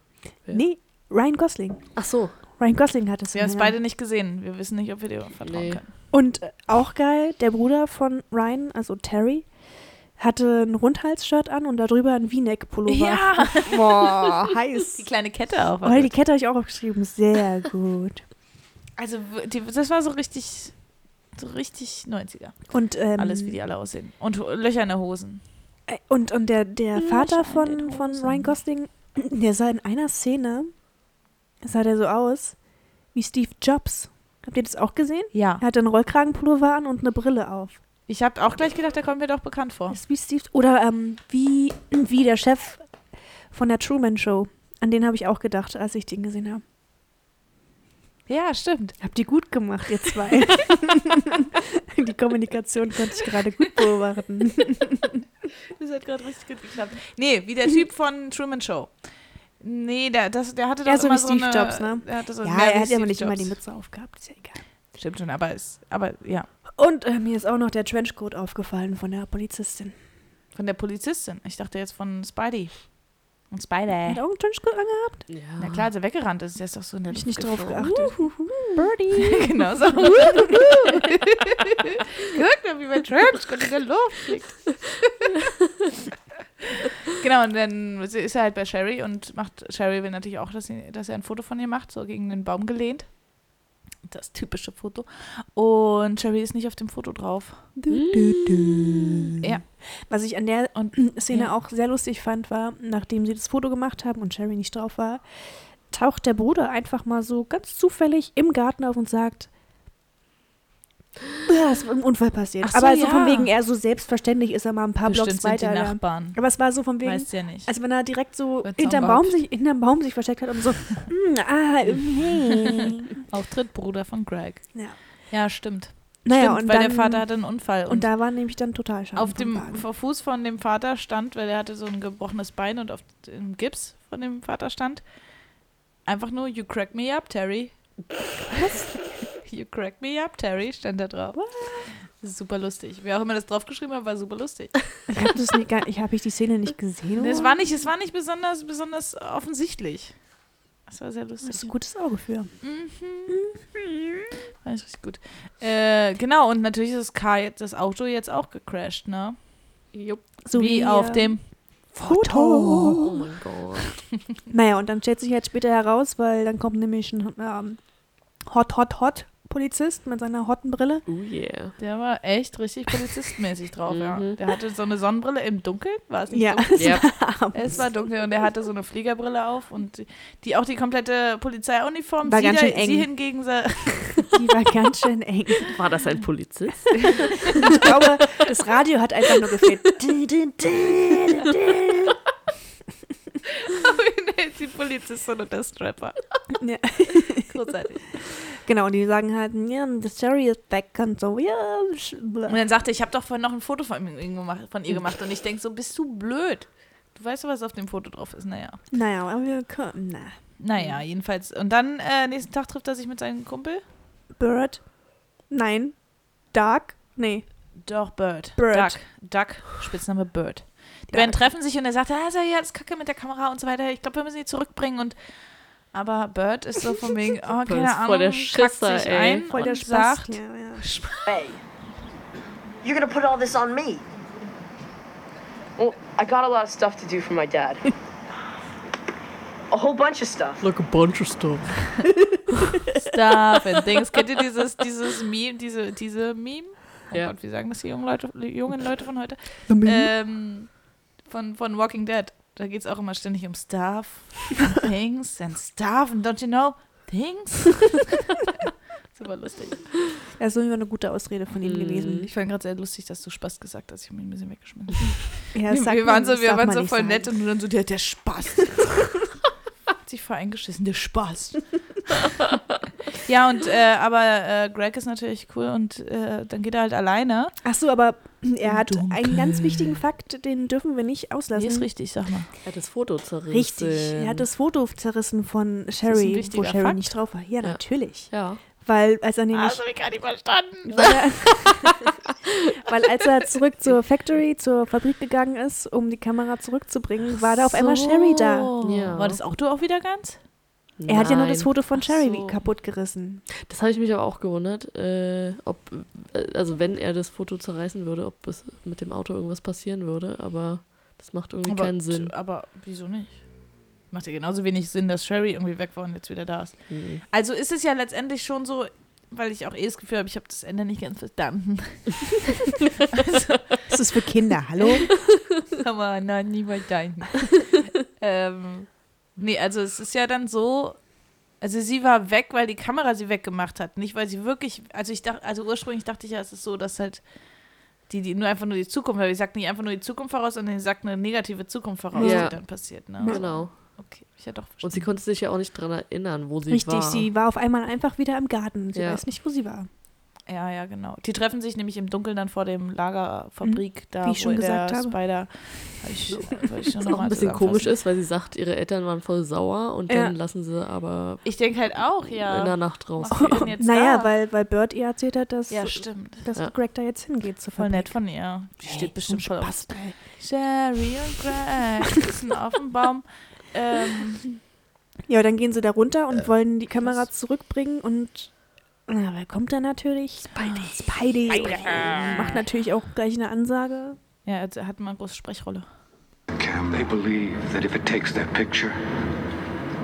Speaker 3: Ja.
Speaker 2: Nee, Ryan Gosling.
Speaker 3: Ach so.
Speaker 2: Ryan Gosling hat es.
Speaker 1: Wir haben es
Speaker 2: in-
Speaker 1: beide nicht gesehen. Wir wissen nicht, ob wir dir vertrauen
Speaker 3: Nee.
Speaker 1: können.
Speaker 2: Und äh, auch geil, der Bruder von Ryan, also Terry, hatte ein Rundhalsshirt an und darüber ein V-Neck-Pullover.
Speaker 1: Ja,
Speaker 2: Boah, heiß.
Speaker 1: die kleine Kette auch.
Speaker 2: Oh, die Kette habe ich auch aufgeschrieben. Sehr gut.
Speaker 1: Also, w- die, das war so richtig, so richtig 90er.
Speaker 2: Und, ähm,
Speaker 1: Alles, wie die alle aussehen. Und Ho- Löcher in der Hosen.
Speaker 2: äh, und, und der, der
Speaker 1: Ich
Speaker 2: Vater
Speaker 1: an
Speaker 2: von,
Speaker 1: den
Speaker 2: von
Speaker 1: Hosen.
Speaker 2: Ryan Gosling, der sah in einer Szene, sah der so aus wie Steve Jobs. Habt ihr das auch gesehen?
Speaker 1: Ja.
Speaker 2: Er hatte einen Rollkragenpullover an und eine Brille auf.
Speaker 1: Ich habe auch gleich gedacht, der kommt mir doch bekannt vor.
Speaker 2: Ist wie Steve, oder ähm, wie, wie der Chef von der Truman Show. An den habe ich auch gedacht, als ich den gesehen habe.
Speaker 1: Ja, stimmt.
Speaker 2: Habt ihr gut gemacht, ihr zwei. die Kommunikation konnte ich gerade gut beobachten.
Speaker 1: Das hat gerade richtig gut geklappt. Nee, wie der Typ von Truman Show. Nee, der, das, der hatte doch
Speaker 2: Ja, so wie
Speaker 1: immer
Speaker 2: Steve
Speaker 1: eine,
Speaker 2: Jobs, ne?
Speaker 1: Der hatte so
Speaker 2: Ja,
Speaker 1: mehr wie
Speaker 2: er hat ja
Speaker 1: Steve
Speaker 2: aber nicht immer die
Speaker 1: Jobs.
Speaker 2: Mütze aufgehabt, ist ja egal.
Speaker 1: Stimmt schon, aber, ist, aber ja.
Speaker 2: Und äh, mir ist auch noch der Trenchcoat aufgefallen von der Polizistin.
Speaker 1: Von der Polizistin. Ich dachte jetzt von Spidey. Und
Speaker 2: Hat
Speaker 1: Spider.
Speaker 2: auch einen Trenchcoat angehabt?
Speaker 3: Ja.
Speaker 1: Na klar, als er weggerannt ist, der ist doch so in der
Speaker 2: Hab ich
Speaker 1: Luft
Speaker 2: nicht drauf
Speaker 1: geflogen.
Speaker 2: geachtet. Birdie.
Speaker 1: genau so. Guck mal, wie mein Trenchcoat in der Luft fliegt. genau, und dann ist er halt bei Sherry und macht, Sherry will natürlich auch, dass, sie, dass er ein Foto von ihr macht, so gegen den Baum gelehnt. Das typische Foto. Und Sherry ist nicht auf dem Foto drauf.
Speaker 2: Du, du, du.
Speaker 1: Ja.
Speaker 2: Mm. Was ich an der
Speaker 1: Und
Speaker 2: Szene
Speaker 1: Ja.
Speaker 2: auch sehr lustig fand, war, nachdem sie das Foto gemacht haben und Sherry nicht drauf war, taucht der Bruder einfach mal so ganz zufällig im Garten auf und sagt, ja, ist ein Unfall passiert.
Speaker 1: Ach so,
Speaker 2: Aber so von
Speaker 1: ja.
Speaker 2: wegen, er so selbstverständlich ist er mal ein paar
Speaker 1: bestimmt sind
Speaker 2: Blocks
Speaker 1: die
Speaker 2: weiter. da.
Speaker 1: Nachbarn.
Speaker 2: Aber es war so von wegen,
Speaker 1: Weißt ja nicht.
Speaker 2: Also wenn er direkt so
Speaker 1: Wird's
Speaker 2: hinterm
Speaker 1: am Baum.
Speaker 2: Baum, sich, hinterm Baum sich versteckt hat und so, "Hm, ah, hey.
Speaker 1: Auftritt Bruder von Greg.
Speaker 2: ja.
Speaker 1: Ja, stimmt.
Speaker 2: Naja,
Speaker 1: stimmt,
Speaker 2: und
Speaker 1: weil
Speaker 2: dann,
Speaker 1: der Vater hatte einen Unfall.
Speaker 2: und da war nämlich dann total schade.
Speaker 1: auf dem vor Fuß von dem Vater stand, weil er hatte so ein gebrochenes Bein und auf dem Gips von dem Vater stand, einfach nur You crack me up, Terry. Was? you crack me up, Terry, stand da drauf. Super lustig. Wer auch immer das draufgeschrieben hat, war super lustig.
Speaker 2: Ich habe das nicht, gar- ich habe ich die Szene nicht gesehen.
Speaker 1: Es war nicht, es war nicht besonders, besonders offensichtlich. Das war sehr lustig.
Speaker 2: Hast du ein gutes Auge für.
Speaker 1: Fand ich richtig gut. Äh, genau, und natürlich ist das Car, jetzt- das Auto jetzt auch gecrashed, ne?
Speaker 3: Jupp.
Speaker 2: So
Speaker 1: wie, auf
Speaker 2: äh,
Speaker 1: dem.
Speaker 2: Foto.
Speaker 3: Oh mein Gott.
Speaker 2: Naja, und dann stellt sich halt später heraus, weil dann kommt nämlich ein ähm, Hot, Hot, Hot Polizist mit seiner hotten Brille.
Speaker 3: Oh yeah.
Speaker 1: Der war echt richtig polizistmäßig drauf, ja.
Speaker 3: Mhm.
Speaker 1: Der hatte so eine Sonnenbrille im Dunkeln, war es nicht
Speaker 2: Ja.
Speaker 1: dunkel?
Speaker 3: Ja,
Speaker 1: Es war dunkel und er hatte so eine Fliegerbrille auf und die auch die komplette Polizeiuniform.
Speaker 2: War
Speaker 1: sie,
Speaker 2: ganz
Speaker 1: da,
Speaker 2: schön eng.
Speaker 1: sie hingegen sah, oh,
Speaker 2: Die war ganz schön eng.
Speaker 3: war das ein Polizist?
Speaker 2: Ich glaube, das Radio hat einfach nur gefehlt.
Speaker 1: die Polizistin und der Strapper.
Speaker 2: Ja.
Speaker 1: Großartig.
Speaker 2: Genau, und die sagen halt, ja, the Sherry is back und so, ja. sch- bla.
Speaker 1: Und dann sagte er, ich habe doch vorhin noch ein Foto von, ihm gemacht, von ihr gemacht und ich denke so, bist du blöd? Du weißt doch, was auf dem Foto drauf ist, naja.
Speaker 2: Naja, aber wir können, na.
Speaker 1: Naja, jedenfalls. Und dann äh, nächsten Tag trifft er sich mit seinem Kumpel.
Speaker 2: Bird? Nein. Dark? Nee.
Speaker 1: Doch, Bird.
Speaker 2: Bird.
Speaker 1: Duck. Duck, Spitzname Bird. Die
Speaker 2: Duck.
Speaker 1: beiden treffen sich und er sagt, ah, ist ja hier alles kacke mit der Kamera und so weiter. Ich glaube, wir müssen die zurückbringen. Und aber Bird ist so von wegen, oh,
Speaker 3: Bird ist
Speaker 1: keine Ahnung,
Speaker 3: voll der
Speaker 1: kackt
Speaker 3: Schisser,
Speaker 1: sich
Speaker 3: ey.
Speaker 1: ein
Speaker 2: Voll
Speaker 1: und
Speaker 2: der Spaß.
Speaker 1: Oh, sagt,
Speaker 2: Ja, ja.
Speaker 6: Hey, you're gonna put all this on me. Well, I got a lot of stuff to do for my dad. a whole bunch of stuff.
Speaker 3: Like a bunch of stuff.
Speaker 1: Stuff and Things. Kennt ihr dieses, dieses Meme, diese, diese Meme? Oh
Speaker 3: Ja.
Speaker 1: Gott, wie sagen das die jungen Leute, die jungen Leute von heute?
Speaker 2: Äh,
Speaker 1: Ähm, von, von Walking Dead. Da geht es auch immer ständig um Stuff, Things and Stuff and don't you know, Things? Super lustig.
Speaker 2: Das ist immer eine gute Ausrede von
Speaker 1: Hm.
Speaker 2: ihm gewesen.
Speaker 1: Ich fand gerade sehr lustig, dass du Spaß gesagt hast. Ich habe mich ein bisschen weggeschmissen. Wir,
Speaker 2: Ja, das sagt
Speaker 1: wir
Speaker 2: man-
Speaker 1: waren so,
Speaker 2: das
Speaker 1: wir
Speaker 2: darf
Speaker 1: waren
Speaker 2: man
Speaker 1: so
Speaker 2: nicht
Speaker 1: voll
Speaker 2: sagen.
Speaker 1: nett und du dann so, der, der Spaß. Hat sich voll eingeschissen, der Spaß. ja, und äh, aber äh, Greg ist natürlich cool und äh, dann geht er halt alleine.
Speaker 2: Ach so, aber er hat
Speaker 1: Dunkel.
Speaker 2: einen ganz wichtigen Fakt, den dürfen wir nicht
Speaker 1: Das
Speaker 2: auslassen.
Speaker 1: ist richtig, sag mal.
Speaker 3: Er hat das Foto zerrissen.
Speaker 2: Richtig. Er hat das Foto zerrissen von Sherry, wo
Speaker 1: wichtiger
Speaker 2: Sherry
Speaker 1: Fakt. Also-
Speaker 2: nicht drauf war. Ja, natürlich.
Speaker 3: Ja.
Speaker 2: Weil als er nämlich
Speaker 1: Hast du mich gar nicht verstanden?
Speaker 2: weil er, weil als er zurück zur Factory, zur Fabrik gegangen ist, um die Kamera zurückzubringen, war da auf einmal Sherry da.
Speaker 3: Ja.
Speaker 1: War das Auto auch wieder ganz?
Speaker 2: Er hat ja nur das
Speaker 3: Oh. Nein.
Speaker 2: Foto von
Speaker 3: Ach
Speaker 2: Sherry
Speaker 3: so.
Speaker 2: kaputtgerissen.
Speaker 3: Das habe ich mich aber auch gewundert, äh, ob, äh, also wenn er das Foto zerreißen würde, ob es mit dem Auto irgendwas passieren würde, aber das macht irgendwie keinen Sinn.
Speaker 1: Aber wieso nicht? Macht ja genauso wenig Sinn, dass Sherry irgendwie weg war und jetzt wieder da ist.
Speaker 3: Mhm.
Speaker 1: Also ist es ja letztendlich schon so, weil ich auch eh das Gefühl habe, ich habe das Ende nicht ganz verstanden. Also,
Speaker 2: Das ist für Kinder, hallo?
Speaker 1: aber nein, niemand dein. ähm, nee, also es ist ja dann so, also sie war weg, weil die Kamera sie weggemacht hat, nicht weil sie wirklich, also ich dachte, also ursprünglich dachte ich ja, es ist so, dass halt die, die nur einfach nur die Zukunft, weil ich sagt nicht einfach nur die Zukunft voraus, sondern ich sagt eine negative Zukunft voraus,
Speaker 3: Ja.
Speaker 1: die dann passiert. Ne?
Speaker 3: Genau.
Speaker 1: Okay, ich ja doch verstanden.
Speaker 3: Und sie konnte sich ja auch nicht dran erinnern, wo sie
Speaker 2: Richtig,
Speaker 3: war.
Speaker 2: sie war auf einmal einfach wieder im Garten. Sie
Speaker 3: Ja.
Speaker 2: weiß nicht, wo sie war.
Speaker 1: Ja, ja, genau. Die treffen sich nämlich im Dunkeln dann vor dem Lagerfabrik, da
Speaker 2: Hm, Wie ich
Speaker 1: wo
Speaker 2: schon gesagt
Speaker 1: der
Speaker 2: habe.
Speaker 1: Spider. Hab ich, hab ich schon
Speaker 3: Was
Speaker 1: noch
Speaker 3: auch
Speaker 1: mal
Speaker 3: ein bisschen
Speaker 1: zusammenfassen.
Speaker 3: komisch ist, weil sie sagt, ihre Eltern waren voll sauer und
Speaker 2: Ja.
Speaker 3: dann lassen sie aber
Speaker 1: Ich denke halt auch, ja.
Speaker 3: in der Nacht raus.
Speaker 1: Was geht denn jetzt
Speaker 2: Naja,
Speaker 1: da?
Speaker 2: weil, weil Bird ihr erzählt hat, dass,
Speaker 1: Ja, stimmt.
Speaker 2: dass
Speaker 3: Ja.
Speaker 2: Greg da jetzt hingeht zur
Speaker 1: Voll
Speaker 2: Fabrik.
Speaker 1: nett von ihr. Die steht bestimmt voll auf.
Speaker 2: Spaß bei.
Speaker 1: Sherry und Greg sitzen auf dem Baum. Ähm,
Speaker 2: Ja, dann gehen sie da runter
Speaker 3: Äh,
Speaker 2: und wollen die Kamera zurückbringen und na, wer kommt da natürlich? Spidey. Spidey. Macht natürlich auch gleich eine Ansage.
Speaker 1: ja, also hat mal eine große Sprechrolle.
Speaker 5: Can they believe that if it takes their picture,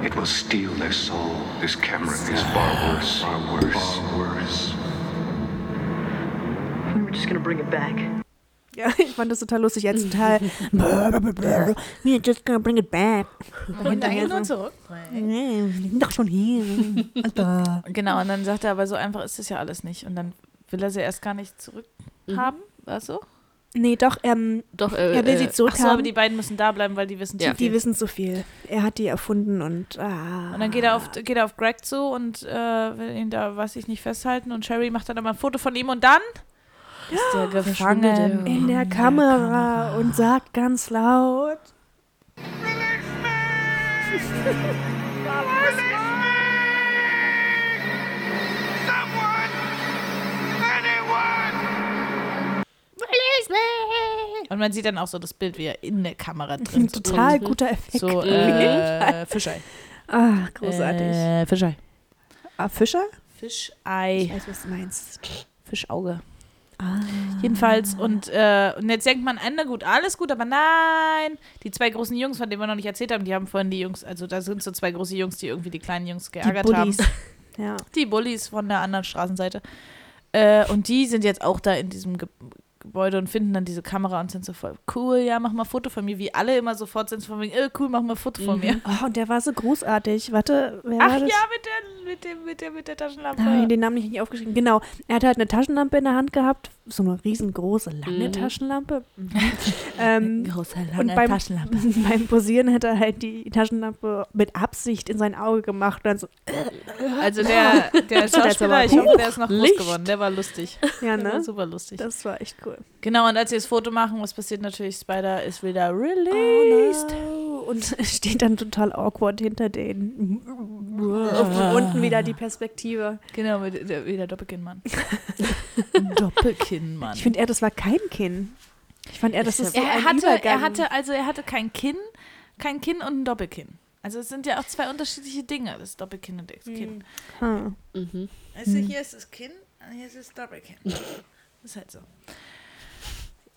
Speaker 5: it will steal their soul? This camera is far worse. Far worse. Far worse.
Speaker 6: We were just gonna bring it back.
Speaker 2: Ja, ich fand das total lustig. Jetzt total. We're just gonna bring it back.
Speaker 1: Und dann nur zurück.
Speaker 2: Nee, wir sind doch schon hier. Alter.
Speaker 1: Genau, und dann sagt er, aber so einfach ist es ja alles nicht. Und dann will er sie erst gar nicht zurückhaben. War so?
Speaker 2: Nee, doch, ähm,
Speaker 3: Doch, äh,
Speaker 2: er will
Speaker 3: äh,
Speaker 2: sie zurückhaben.
Speaker 1: Achso, aber die beiden müssen da bleiben, weil die wissen zu
Speaker 3: Ja.
Speaker 1: viel.
Speaker 2: die wissen so viel. Er hat die erfunden und. Ah.
Speaker 1: Und dann geht er auf, geht er auf Greg zu und äh, will ihn da, weiß ich nicht, festhalten. Und Sherry macht dann aber ein Foto von ihm und dann ist er gefangen.
Speaker 2: in der Kamera und sagt ganz laut.
Speaker 5: Someone! Anyone!
Speaker 1: Und man sieht dann auch so das Bild, wie er in der Kamera drin ist.
Speaker 2: Total guter Effekt.
Speaker 1: So,
Speaker 2: auf jeden Fall.
Speaker 1: äh, Fischei.
Speaker 2: Ah, großartig.
Speaker 1: Äh, Fischei.
Speaker 2: ah, Fischer? Ich
Speaker 1: Fischei.
Speaker 2: weiß, was du meinst.
Speaker 1: Fischauge.
Speaker 2: Ah.
Speaker 1: Jedenfalls, und, äh, und jetzt denkt man, Ende gut, alles gut, aber nein. Die zwei großen Jungs, von denen wir noch nicht erzählt haben, die haben vorhin die Jungs, also da sind so zwei große Jungs, die irgendwie die kleinen Jungs geärgert haben.
Speaker 2: Ja.
Speaker 1: Die Bullies von der anderen Straßenseite. Äh, und die sind jetzt auch da in diesem Ge Gebäude und finden dann diese Kamera und sind so voll, cool, ja, mach mal ein Foto von mir. Wie alle immer sofort sind, so von wegen, äh, cool, mach mal ein Foto von mir.
Speaker 2: Oh, und der war so großartig. Warte, wer
Speaker 1: Ach ja,
Speaker 2: war das?
Speaker 1: mit der, mit, dem, mit, der, mit der Taschenlampe.
Speaker 2: Nein, den Namen nicht, nicht aufgeschrieben. Genau. Er hatte halt eine Taschenlampe in der Hand gehabt. So eine riesengroße, lange
Speaker 3: Mhm.
Speaker 2: Taschenlampe. ähm,
Speaker 1: Große,
Speaker 2: und beim, beim Posieren hat er halt die Taschenlampe mit Absicht in sein Auge gemacht. Und dann so,
Speaker 1: Also der, der
Speaker 2: jetzt aber
Speaker 1: Schauspieler, ich hoffe, der ist noch groß
Speaker 3: Licht.
Speaker 1: geworden. Der war lustig.
Speaker 2: ja,
Speaker 1: Der war
Speaker 2: ne?
Speaker 1: super lustig.
Speaker 2: Das war echt cool.
Speaker 1: Genau, und als sie das Foto machen, was passiert natürlich? Spider ist wieder released.
Speaker 2: Oh, Und steht dann total awkward hinter denen. Oh, ne. Unten wieder die Perspektive.
Speaker 1: Genau, mit, der, wieder Doppelkinnmann. Doppelkinnmann.
Speaker 2: Ich finde eher, das war kein Kinn. Ich fand eher, das ist so
Speaker 1: er
Speaker 2: ein
Speaker 1: hatte,
Speaker 2: Übergang.
Speaker 1: er hatte, also er hatte kein Kinn, kein Kinn und ein Doppelkinn. Also es sind ja auch zwei unterschiedliche Dinge, das Doppelkinn und das Kinn.
Speaker 2: Ah.
Speaker 3: Mhm.
Speaker 1: Hm. Also
Speaker 2: Hm.
Speaker 1: hier ist das Kinn und hier ist das Doppelkinn. ist halt so.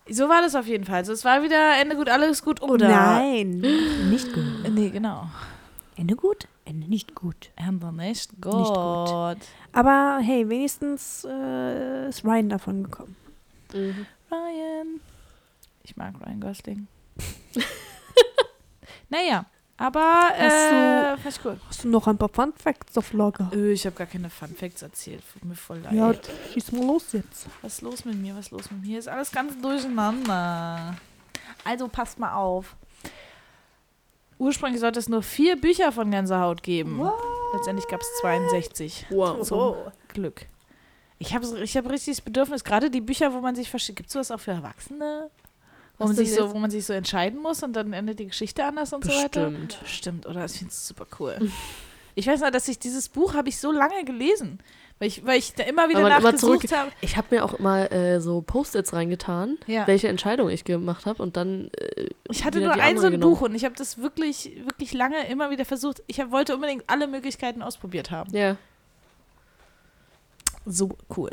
Speaker 1: So war das auf jeden Fall. Also es war wieder Ende gut, alles gut oder?
Speaker 2: Oh Nein, nicht gut.
Speaker 1: Nee, genau.
Speaker 2: Ende gut, Ende nicht gut.
Speaker 1: Ende nicht gut.
Speaker 2: gut. Aber hey, wenigstens äh, ist Ryan davon gekommen.
Speaker 3: Mhm.
Speaker 1: Ryan. Ich mag Ryan Gosling. naja, aber
Speaker 2: Hast
Speaker 1: äh,
Speaker 2: du-
Speaker 1: fast cool.
Speaker 2: Hast du noch ein paar Fun Facts auf Lager?
Speaker 1: Öh, ich habe gar keine Fun Facts erzählt. Tut mir voll leid.
Speaker 2: Ja, schieß mal los jetzt.
Speaker 1: Was ist los mit mir? Was ist los mit mir? Hier Ist alles ganz durcheinander. Also passt mal auf. Ursprünglich sollte es nur vier Bücher von Gänsehaut geben. Hm. Letztendlich gab es 62.
Speaker 2: Oh,
Speaker 3: Wow.
Speaker 1: Zum Glück. Ich habe ich hab richtig das Bedürfnis, gerade die Bücher, wo man sich versteht. Gibt es sowas auch für Erwachsene? Wo
Speaker 3: Was
Speaker 1: man,
Speaker 3: denn
Speaker 1: sich so,
Speaker 3: jetzt?
Speaker 1: wo man sich so entscheiden muss und dann endet die Geschichte anders und so weiter?
Speaker 3: Bestimmt.
Speaker 1: Stimmt, oder? Ich finde es super cool. Ich weiß noch, dass ich dieses Buch habe ich so lange gelesen, weil ich, weil ich da immer wieder
Speaker 3: Weil man immer
Speaker 1: nachgesucht
Speaker 3: zurück-
Speaker 1: habe.
Speaker 3: Ich habe mir auch mal äh, so Post-its reingetan,
Speaker 1: Ja.
Speaker 3: welche Entscheidung ich gemacht habe und dann. Äh,
Speaker 1: Ich hatte
Speaker 3: wieder
Speaker 1: nur
Speaker 3: die
Speaker 1: ein so
Speaker 3: andere
Speaker 1: ein
Speaker 3: genommen.
Speaker 1: Buch und ich habe das wirklich, wirklich lange immer wieder versucht. Ich hab, wollte unbedingt alle Möglichkeiten ausprobiert haben.
Speaker 3: Ja.
Speaker 1: So cool.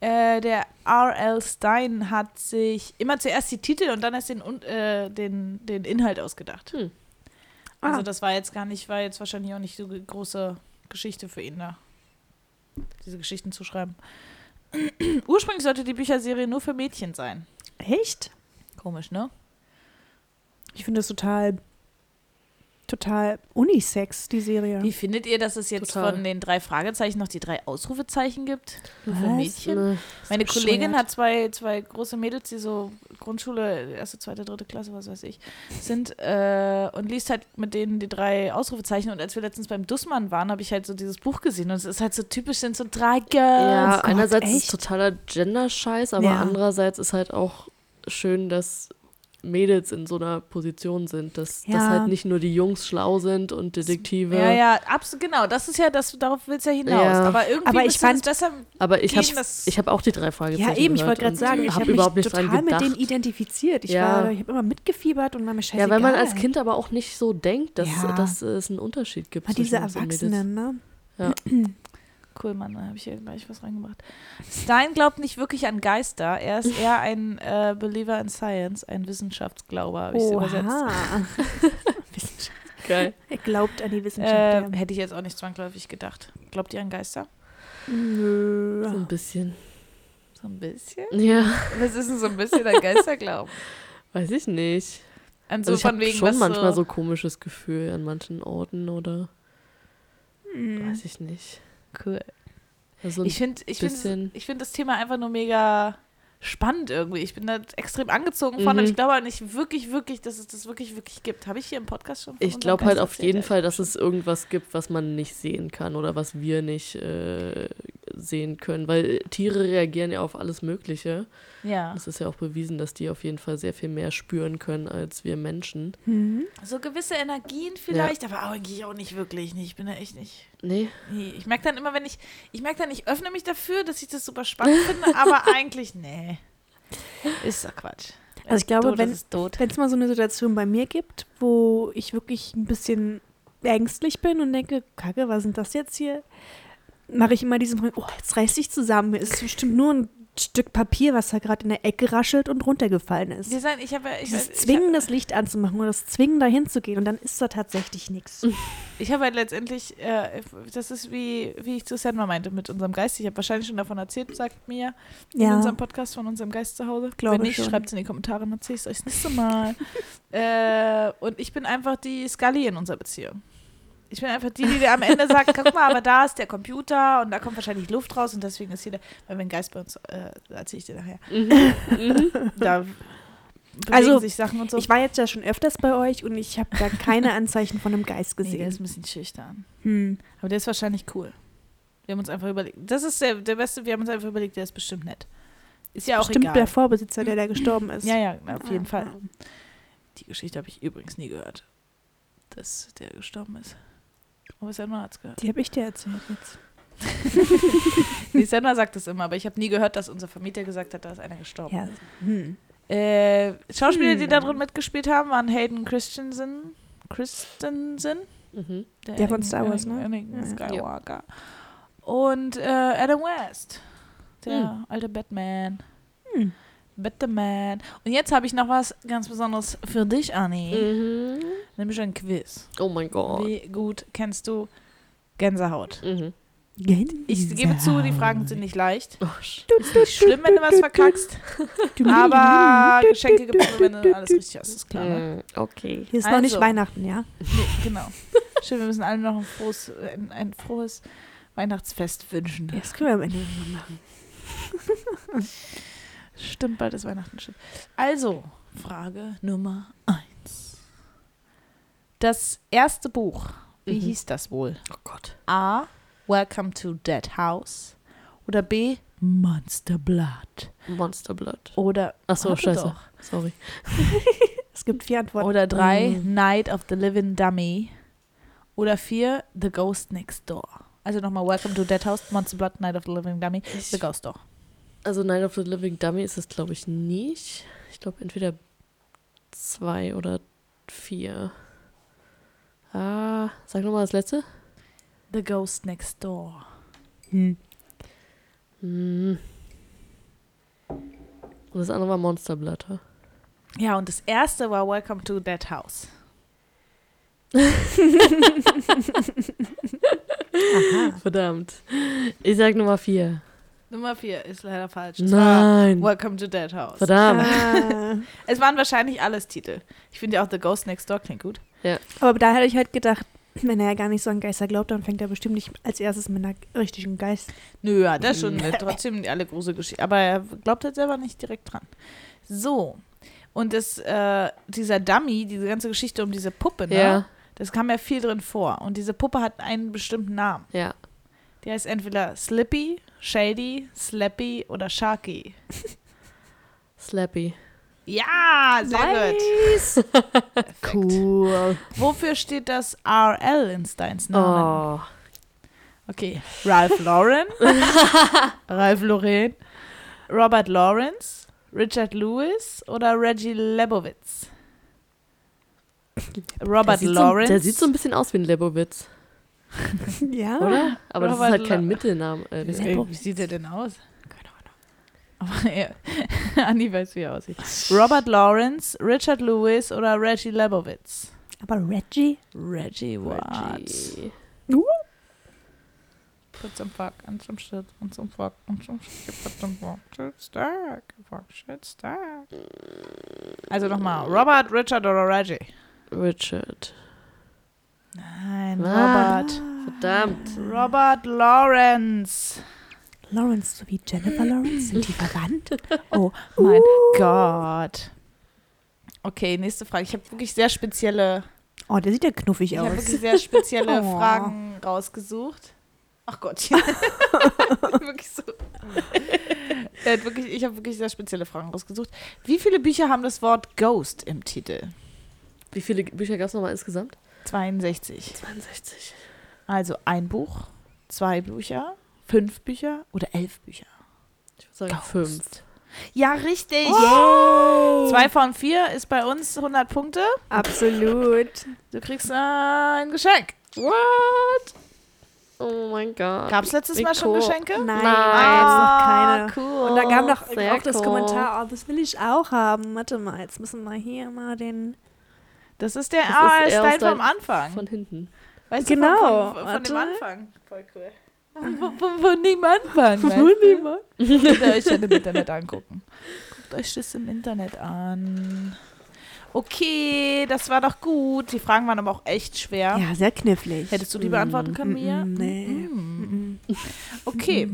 Speaker 1: Äh, der R.L. Stein hat sich immer zuerst die Titel und dann erst den, Un- äh, den, den Inhalt ausgedacht.
Speaker 3: Hm.
Speaker 1: Also
Speaker 2: Ah.
Speaker 1: das war jetzt gar nicht, war jetzt wahrscheinlich auch nicht so ge- große Geschichte für ihn da, diese Geschichten zu schreiben. Ursprünglich sollte die Bücherserie nur für Mädchen sein.
Speaker 2: Echt?
Speaker 1: Komisch, ne?
Speaker 2: Ich finde das total, total unisex, die Serie.
Speaker 1: Wie findet ihr, dass es jetzt
Speaker 3: Total.
Speaker 1: von den drei Fragezeichen noch die drei Ausrufezeichen gibt? Nur für
Speaker 2: Was?
Speaker 1: Mädchen?
Speaker 3: Ne.
Speaker 1: Meine
Speaker 2: bescheuert.
Speaker 1: Kollegin hat zwei, zwei große Mädels, die so Grundschule, erste, zweite, dritte Klasse, was weiß ich, sind äh, und liest halt mit denen die drei Ausrufezeichen. Und als wir letztens beim Dussmann waren, habe ich halt so dieses Buch gesehen und es ist halt so typisch, sind so drei Girls.
Speaker 3: Ja,
Speaker 2: Gott,
Speaker 3: einerseits
Speaker 2: echt?
Speaker 3: ist totaler Gender-Scheiß, aber
Speaker 2: Ja.
Speaker 3: andererseits ist halt auch schön, dass Mädels in so einer Position sind, dass, dass
Speaker 2: Ja.
Speaker 3: halt nicht nur die Jungs schlau sind und Detektive.
Speaker 1: Ja, ja, absolut, genau. Das ist ja, das, darauf willst du ja hinaus.
Speaker 3: Ja.
Speaker 1: Aber irgendwie
Speaker 2: Aber ich
Speaker 1: müsste es
Speaker 2: fand-
Speaker 1: besser.
Speaker 3: Aber ich habe
Speaker 1: Gehen das-
Speaker 3: ich hab auch die drei Fragezeichen.
Speaker 2: ja, eben, ich wollte
Speaker 3: gehört
Speaker 2: gerade
Speaker 3: und
Speaker 2: sagen, ich
Speaker 3: hab
Speaker 2: habe mich
Speaker 3: überhaupt nicht
Speaker 2: total
Speaker 3: dran
Speaker 2: mit
Speaker 3: gedacht.
Speaker 2: denen identifiziert. Ich,
Speaker 3: Ja.
Speaker 2: war, ich habe immer mitgefiebert und war mir scheißegal.
Speaker 3: ja, weil man als Kind aber auch nicht so denkt, dass,
Speaker 2: Ja.
Speaker 3: dass es einen Unterschied gibt.
Speaker 2: Mal diese
Speaker 3: zwischen Jungs und Mädels.
Speaker 2: Erwachsenen, ne?
Speaker 1: Cool, Mann, da habe ich hier gleich was reingebracht. Stein glaubt nicht wirklich an Geister. Er ist eher ein äh, Believer in Science, ein Wissenschaftsglauber, habe ich es übersetzt.
Speaker 2: Oha. Wissenschaft.
Speaker 3: Geil.
Speaker 2: Er glaubt an die Wissenschaft.
Speaker 1: Äh,
Speaker 3: Ähm,
Speaker 1: hätte ich jetzt auch nicht zwangsläufig gedacht. Glaubt ihr an Geister?
Speaker 3: So ein bisschen.
Speaker 1: So ein bisschen?
Speaker 3: Ja,
Speaker 1: Was ist denn so ein bisschen ein Geisterglauben?
Speaker 3: weiß ich nicht.
Speaker 1: An so
Speaker 3: Also ich
Speaker 1: von
Speaker 3: habe
Speaker 1: wegen,
Speaker 3: schon
Speaker 1: was
Speaker 3: manchmal so
Speaker 1: so,
Speaker 3: komisches Gefühl an manchen Orten oder
Speaker 2: Hm.
Speaker 3: weiß ich nicht.
Speaker 1: cool.
Speaker 3: Also
Speaker 1: Ich finde ich
Speaker 3: bisschen.
Speaker 1: find, ich find das Thema einfach nur mega spannend irgendwie. Ich bin da extrem angezogen von
Speaker 3: Mhm.
Speaker 1: und ich glaube auch nicht wirklich, wirklich, dass es das wirklich, wirklich gibt. Habe ich hier im Podcast schon von
Speaker 3: ich
Speaker 1: unserem
Speaker 3: glaube halt
Speaker 1: Geist
Speaker 3: auf
Speaker 1: erzählt?
Speaker 3: jeden
Speaker 1: Ja,
Speaker 3: Fall, dass es irgendwas gibt, was man nicht sehen kann oder was wir nicht äh, sehen können, weil äh, Tiere reagieren ja auf alles Mögliche.
Speaker 1: Ja,
Speaker 3: Es ist ja auch bewiesen, dass die auf jeden Fall sehr viel mehr spüren können als wir Menschen.
Speaker 1: so gewisse Energien vielleicht, aber auch eigentlich auch nicht wirklich. Nee, ich bin da echt nicht.
Speaker 3: Nee,
Speaker 1: Nee, ich merke dann immer, wenn ich, ich merke dann, ich öffne mich dafür, dass ich das super spannend finde, aber eigentlich, nee. Ist doch Quatsch.
Speaker 2: Also ich glaube,
Speaker 7: Tod
Speaker 2: wenn-
Speaker 7: ist tot.
Speaker 2: Wenn es mal so eine Situation bei mir gibt, wo ich wirklich ein bisschen ängstlich bin und denke, Kacke, was sind das jetzt hier? Mache ich immer diesen Moment, oh, jetzt reiß dich zusammen. Es ist bestimmt nur ein Stück Papier, was da gerade in der Ecke raschelt und runtergefallen ist.
Speaker 1: Wir sagen, ich habe ja- ich,
Speaker 2: Dieses
Speaker 1: weiß- ich,
Speaker 2: Zwingen, das Licht anzumachen oder das Zwingen, da hinzugehen und dann ist da tatsächlich nichts.
Speaker 1: Ich habe halt letztendlich, äh, das ist wie, wie ich zu Sandra meinte, mit unserem Geist. Ich habe wahrscheinlich schon davon erzählt, sagt mir in
Speaker 2: Ja.
Speaker 1: unserem Podcast von unserem Geist zu Hause.
Speaker 2: Glaube
Speaker 1: Wenn nicht,
Speaker 2: schon.
Speaker 1: schreibt es in die Kommentare und erzähle ich es euch das nächste Mal. äh, und ich bin einfach die Scully in unserer Beziehung. Ich bin einfach die, die dir am Ende sagt, guck mal, aber da ist der Computer und da kommt wahrscheinlich Luft raus und deswegen ist hier der, weil wenn Geist bei uns, äh, erzähle ich dir nachher. da bewegen
Speaker 2: Also,
Speaker 1: sich Sachen und so.
Speaker 2: Ich war jetzt ja schon öfters bei euch und ich habe da keine Anzeichen von einem Geist
Speaker 1: Nee, der
Speaker 2: gesehen.
Speaker 1: ist ein bisschen schüchtern.
Speaker 2: Hm.
Speaker 1: Aber der ist wahrscheinlich cool. Wir haben uns einfach überlegt, das ist der, der beste, wir haben uns einfach überlegt, der ist bestimmt nett. Ist ja auch
Speaker 2: Stimmt
Speaker 1: egal.
Speaker 2: der Vorbesitzer, der da gestorben ist.
Speaker 1: ja, ja, auf jeden
Speaker 2: Ah,
Speaker 1: Fall. Die Geschichte habe ich übrigens nie gehört, dass der gestorben ist. Aber Sandra hat es gehört.
Speaker 2: Die habe ich dir erzählt jetzt.
Speaker 1: Nee, Sandra sagt es immer, aber ich habe nie gehört, dass unser Vermieter gesagt hat, da ist einer gestorben.
Speaker 2: Ja. Hm.
Speaker 1: Äh, Schauspieler, die da drin mitgespielt haben, waren Hayden Christensen. Christensen?
Speaker 3: Mhm.
Speaker 2: Der von Star Wars, ne?
Speaker 1: Anakin
Speaker 2: Ja.
Speaker 1: Skywalker. Und äh, Adam West. Der alte Batman.
Speaker 2: Hm.
Speaker 1: Batman. Und jetzt habe ich noch was ganz Besonderes für dich,
Speaker 2: Hm.
Speaker 1: Anni.
Speaker 3: Mhm.
Speaker 1: Nämlich ein Quiz.
Speaker 3: Oh mein Gott.
Speaker 1: Wie gut kennst du Gänsehaut?
Speaker 3: Mhm.
Speaker 1: Ich gebe zu, die Fragen sind nicht leicht.
Speaker 3: Oh, sch-
Speaker 1: Ist nicht schlimm, wenn du was verkackst. Aber Geschenke gibt es nur, wenn du alles richtig hast. Ist klar, ne?
Speaker 3: Mhm. Okay.
Speaker 2: Hier ist noch
Speaker 1: Also.
Speaker 2: nicht Weihnachten, ja?
Speaker 1: Nee, genau. Schön, wir müssen alle noch ein frohes, ein, ein frohes Weihnachtsfest wünschen.
Speaker 2: Das können wir am Ende nochmal machen.
Speaker 1: Stimmt, bald ist Weihnachten. Stimmt. Also, Frage Nummer eins. Das erste Buch, wie
Speaker 3: Mhm.
Speaker 1: hieß das wohl?
Speaker 3: Oh Gott.
Speaker 1: A. Welcome to Dead House oder B. Monster Blood
Speaker 3: Mm, Monsterblatt.
Speaker 1: oder
Speaker 3: Ach so,
Speaker 1: Warte
Speaker 3: scheiße.
Speaker 1: doch.
Speaker 3: Sorry.
Speaker 2: Es gibt vier Antworten.
Speaker 1: oder drei
Speaker 3: Mhm.
Speaker 1: Night of the Living Dummy oder vier The Ghost Next Door. Also nochmal Welcome to Dead House, Monster Blood, Night of the Living Dummy, The Ghost Door.
Speaker 3: Also Night of the Living Dummy ist es, glaube ich, nicht. Ich glaube, entweder zwei oder vier. Ah, sag nochmal das letzte.
Speaker 1: The Ghost Next Door.
Speaker 2: Hm.
Speaker 3: Hm. Und das andere war Monsterblatt. hä?
Speaker 1: Ja, und das erste war Welcome to That House.
Speaker 2: Aha.
Speaker 3: Verdammt. Ich sag Nummer vier.
Speaker 1: Nummer 4 ist leider falsch. Es war
Speaker 3: Nein.
Speaker 1: Welcome to That House.
Speaker 3: Verdammt.
Speaker 2: Ah.
Speaker 1: Es waren wahrscheinlich alles Titel. Ich finde ja auch The Ghost Next Door klingt gut.
Speaker 2: Aber da hätte ich halt gedacht, wenn er ja gar nicht so an Geister glaubt, dann fängt er bestimmt nicht als erstes mit einer richtigen Geist.
Speaker 1: Nö, ja, das schon. äh, Trotzdem alle große Geschichte. Aber er glaubt halt selber nicht direkt dran. So. Und das, äh, dieser Dummy, diese ganze Geschichte um diese Puppe, ne?
Speaker 3: Ja,
Speaker 1: das kam ja viel drin vor. Und diese Puppe hat einen bestimmten Namen.
Speaker 3: ja.
Speaker 1: Die heißt entweder Slippy, Shady, Slappy oder Sharky.
Speaker 3: Slappy.
Speaker 1: Ja, sehr gut. Perfekt.
Speaker 2: Cool.
Speaker 1: Wofür steht das RL in Steins Namen?
Speaker 3: Oh.
Speaker 1: Okay, Ralph Lauren, Ralph Lauren, Robert Lawrence, Richard Lewis oder Reggie Lebowitz?
Speaker 3: Der
Speaker 1: Robert
Speaker 3: sieht, so,
Speaker 1: Lawrence.
Speaker 3: der sieht so ein bisschen aus wie ein Lebowitz,
Speaker 2: Ja.
Speaker 3: oder? Aber das ist
Speaker 1: Ah, Robert
Speaker 3: halt
Speaker 1: La-
Speaker 3: kein Mittelname. Äh,
Speaker 1: Ey, Wie sieht er denn aus? Keine Ahnung. Aber er, Anni weiß, wie er aussieht. Robert Lawrence, Richard Lewis oder Reggie Lebowitz?
Speaker 2: Aber Reggie?
Speaker 1: Reggie Watts.
Speaker 3: Reggie.
Speaker 1: Put some fuck and some shit and some fuck and some shit. Put some fuck shit stack. Fuck shit stack. Also nochmal. Robert, Richard oder Reggie?
Speaker 3: Richard.
Speaker 1: Nein,
Speaker 3: Ah.
Speaker 1: Robert.
Speaker 3: Verdammt.
Speaker 1: Robert Lawrence.
Speaker 2: Lawrence sowie Jennifer Lawrence sind die verwandt?
Speaker 1: Oh mein Gott. Okay, nächste Frage. Ich habe wirklich sehr spezielle,
Speaker 2: Oh, der sieht ja knuffig
Speaker 1: ich habe
Speaker 2: aus.
Speaker 1: wirklich sehr spezielle
Speaker 2: Oh.
Speaker 1: Fragen rausgesucht. Ach Gottchen. wirklich so. Er hat wirklich, ich habe wirklich sehr spezielle Fragen rausgesucht. Wie viele Bücher haben das Wort Ghost im Titel?
Speaker 3: Wie viele Bücher gab es nochmal insgesamt?
Speaker 1: 62.
Speaker 3: 62.
Speaker 1: Also ein Buch, zwei Bücher, fünf Bücher oder elf Bücher.
Speaker 3: Ich würde sagen
Speaker 1: Ghost.
Speaker 3: fünf.
Speaker 1: Ja, richtig. Zwei von vier ist bei uns 100 Punkte.
Speaker 2: Absolut.
Speaker 1: Du kriegst äh, ein Geschenk.
Speaker 3: What? Oh mein Gott.
Speaker 1: Gab es letztes
Speaker 3: Wie
Speaker 1: Mal schon
Speaker 3: cool.
Speaker 1: Geschenke?
Speaker 2: Nein,
Speaker 1: Ah,
Speaker 2: jetzt noch keine.
Speaker 1: cool.
Speaker 2: Und da kam doch
Speaker 3: Sehr
Speaker 2: auch das
Speaker 3: cool.
Speaker 2: Kommentar, oh, das will ich auch haben. Warte mal, jetzt müssen wir hier mal den.
Speaker 1: Das ist der
Speaker 3: Das
Speaker 1: ah,
Speaker 3: ist eher
Speaker 1: Style
Speaker 3: Style
Speaker 1: vom Anfang.
Speaker 3: Von hinten.
Speaker 1: weißt du, von,
Speaker 2: Genau,
Speaker 1: von, von dem
Speaker 2: warte.
Speaker 1: Anfang. Voll cool. Von, von, von dem Anfang. Von dem Anfang. Könnt ihr euch das im Internet angucken. Guckt euch das im Internet an. Okay, das war doch gut. Die Fragen waren aber auch echt schwer.
Speaker 2: Ja, sehr knifflig.
Speaker 1: Hättest du die beantworten können, Mia?
Speaker 2: Mm, nee.
Speaker 1: Mm. Okay.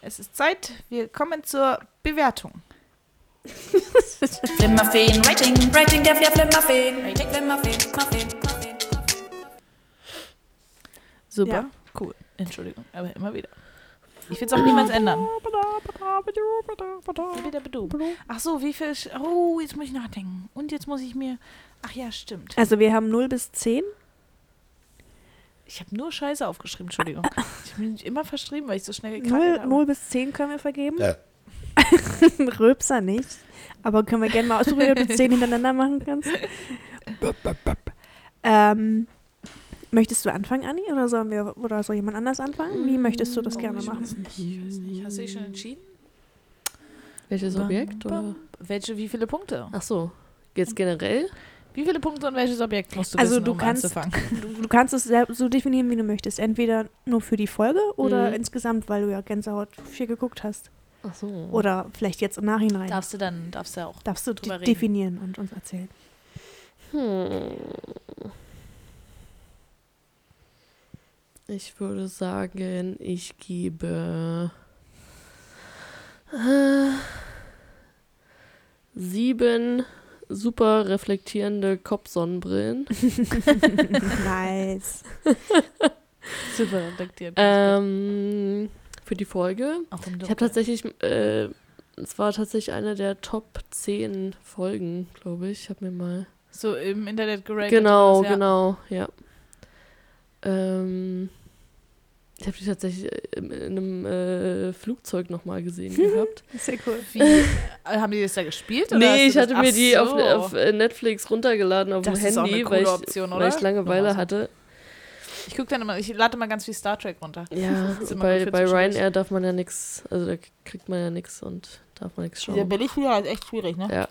Speaker 1: Es ist Zeit. Wir kommen zur Bewertung.
Speaker 4: Flimmerfeen, Rating, Rating der Flair Flimmerfeen, Rating Flimmerfeen, Muffin, Muffin.
Speaker 1: Super.
Speaker 2: Ja.
Speaker 1: Cool. Entschuldigung, aber immer wieder. Ich will es auch niemals ändern. Wieder bedu. Ach so, wie viel. Sch oh, jetzt muss ich nachdenken. Und jetzt muss ich mir. Ach ja, stimmt.
Speaker 2: Also wir haben 0 bis 10.
Speaker 1: Ich habe nur Scheiße aufgeschrieben, Entschuldigung. Ich bin mich immer verstrieben, weil ich so schnell gekackt
Speaker 2: 0,
Speaker 1: habe.
Speaker 2: 0 bis 10 können wir vergeben. Röpser nicht. Aber können wir gerne mal ausprobieren, ob du 10 hintereinander machen kannst. ähm, möchtest du anfangen, Anni? Oder, sollen wir, oder soll jemand anders anfangen? Wie möchtest du das gerne machen?
Speaker 1: Mm, oh, Ich weiß nicht. Hast du dich schon entschieden?
Speaker 3: Welches Objekt? Oder? Ah.
Speaker 1: Welche, wie viele Punkte?
Speaker 3: Ach so. Jetzt generell?
Speaker 1: Wie viele Punkte und welches Objekt musst du
Speaker 2: Also
Speaker 1: wissen,
Speaker 2: du
Speaker 1: um
Speaker 2: kannst-
Speaker 1: anzufangen?
Speaker 2: Du, du kannst es selb- so definieren, wie du möchtest. Entweder nur für die Folge oder
Speaker 1: Mm.
Speaker 3: Mhm.
Speaker 2: insgesamt, weil du ja Gänsehaut viel geguckt hast.
Speaker 3: Ach so.
Speaker 2: Oder vielleicht jetzt im Nachhinein.
Speaker 1: Darfst du dann, darfst du auch.
Speaker 2: Darfst du
Speaker 1: drüber
Speaker 2: de-
Speaker 1: reden.
Speaker 2: definieren und uns erzählen.
Speaker 3: Hm. Ich würde sagen, ich gebe äh, sieben super reflektierende Kopfsonnenbrillen.
Speaker 2: nice.
Speaker 1: Super reflektiert.
Speaker 3: ähm, für die Folge.
Speaker 1: auch im
Speaker 3: Ich
Speaker 1: Dunkeln.
Speaker 3: habe tatsächlich, äh, es war tatsächlich eine der Top 10 Folgen, glaube ich. Ich habe mir mal
Speaker 1: So im Internet geratet.
Speaker 3: Genau,
Speaker 1: und was, ja.
Speaker 3: genau, ja. Ähm, ich habe die tatsächlich äh, in einem äh, Flugzeug nochmal gesehen gehabt.
Speaker 2: Sehr cool.
Speaker 1: Wie, äh, haben die das da gespielt? Oder hast
Speaker 3: nee,
Speaker 1: du
Speaker 3: ich
Speaker 1: das-
Speaker 3: hatte
Speaker 1: Ach
Speaker 3: mir die auf,
Speaker 1: so.
Speaker 3: auf äh, Netflix runtergeladen auf
Speaker 1: Das
Speaker 3: dem
Speaker 1: ist auch eine
Speaker 3: Handy,
Speaker 1: coole
Speaker 3: weil, ich,
Speaker 1: Option, oder?
Speaker 3: weil ich Langeweile
Speaker 1: Nochmal.
Speaker 3: hatte.
Speaker 1: Ich gucke dann immer, ich lade mal ganz viel Star Trek runter.
Speaker 3: Ja,
Speaker 1: Das ist immer
Speaker 3: bei,
Speaker 1: gut für
Speaker 3: bei
Speaker 1: zwischendurch.
Speaker 3: Ryanair darf man ja nichts, also da kriegt man ja nichts und darf man nichts
Speaker 1: Dieser
Speaker 3: schauen.
Speaker 1: Billigflieger ist echt schwierig, ne?
Speaker 3: Ja.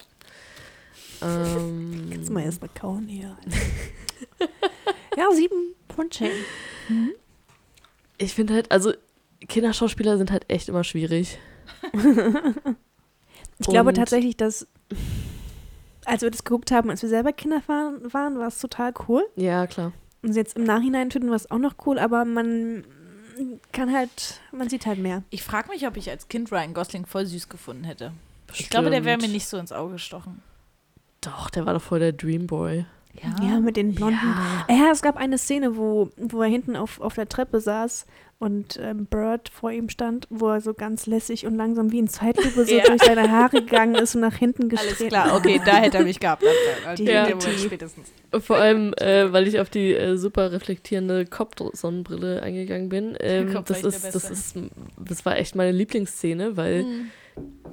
Speaker 3: ähm,
Speaker 2: Jetzt mal erstmal kauen hier. ja, sieben von zehn.
Speaker 3: ich finde halt, also Kinderschauspieler sind halt echt immer schwierig.
Speaker 2: Ich glaube
Speaker 3: Und-
Speaker 2: tatsächlich, dass als wir das geguckt haben, als wir selber Kinder waren, waren war es total cool.
Speaker 3: Ja, klar.
Speaker 2: Und jetzt im Nachhinein finden wir es auch noch cool, aber man kann halt, man sieht halt mehr.
Speaker 1: Ich frage mich, ob ich als Kind Ryan Gosling voll süß gefunden hätte. Ich glaube, der wäre mir
Speaker 3: Bestimmt.
Speaker 1: nicht so ins Auge gestochen.
Speaker 3: Doch, der war doch voll der Dreamboy.
Speaker 2: Ja, mit den blonden. Ja, es gab eine Szene, wo, wo er hinten auf, auf der Treppe saß und ähm, Bird vor ihm stand, wo er so ganz lässig und langsam wie in Zeitlupe so
Speaker 1: Ja.
Speaker 2: durch seine Haare gegangen ist und nach hinten
Speaker 1: Alles
Speaker 2: gestritten.
Speaker 1: klar, okay, da hätte er mich gehabt. Also in dem Moment
Speaker 2: Definitiv.
Speaker 1: spätestens.
Speaker 3: Vor allem, äh, weil ich auf die äh, super reflektierende Kopfsonnenbrille eingegangen bin. Ähm,
Speaker 1: Kopf war
Speaker 3: das,
Speaker 1: echt der
Speaker 3: ist, das, ist,
Speaker 1: Beste. Hm.
Speaker 3: das war echt meine Lieblingsszene, weil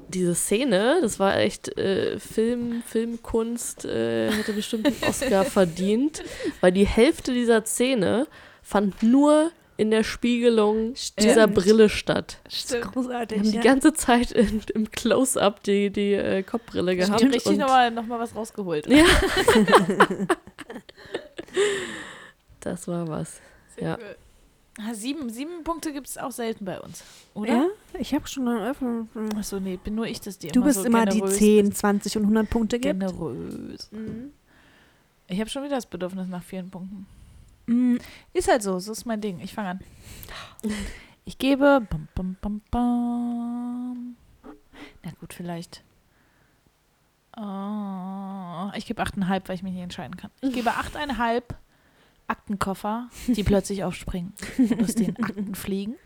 Speaker 3: diese Szene, das war echt äh, Film, Filmkunst, äh, hätte bestimmt einen Oscar verdient, weil die Hälfte dieser Szene fand nur in der Spiegelung dieser
Speaker 2: Stimmt.
Speaker 3: Brille statt.
Speaker 1: Stimmt.
Speaker 3: Die haben
Speaker 2: Großartig.
Speaker 3: die
Speaker 2: ja.
Speaker 3: ganze Zeit in, im Close-Up die, die äh, Kopfbrille
Speaker 1: Ich
Speaker 3: gehabt.
Speaker 1: habe richtig
Speaker 3: und-
Speaker 1: nochmal noch mal was rausgeholt.
Speaker 3: Ja. das war was. Ja.
Speaker 1: Cool. Ah, Sieben, sieben Punkte gibt es auch selten bei uns, oder?
Speaker 2: Ja, ich habe schon eine Öffnung.
Speaker 1: Achso, nee, bin nur ich das dir.
Speaker 2: Du bist
Speaker 1: so
Speaker 2: immer die
Speaker 1: generös
Speaker 2: 10,
Speaker 1: bist.
Speaker 2: 20 und 100 Punkte gibt.
Speaker 1: Generös. Ich habe schon wieder das Bedürfnis nach vielen Punkten.
Speaker 2: Mm,
Speaker 1: Ist halt so, so ist mein Ding. Ich fange an. Ich gebe. Bam, bam, bam, bam. Na gut, vielleicht. Oh, ich gebe 8,5, weil ich mich nicht entscheiden kann. Ich gebe 8,5 Aktenkoffer, die plötzlich aufspringen und aus den Akten fliegen.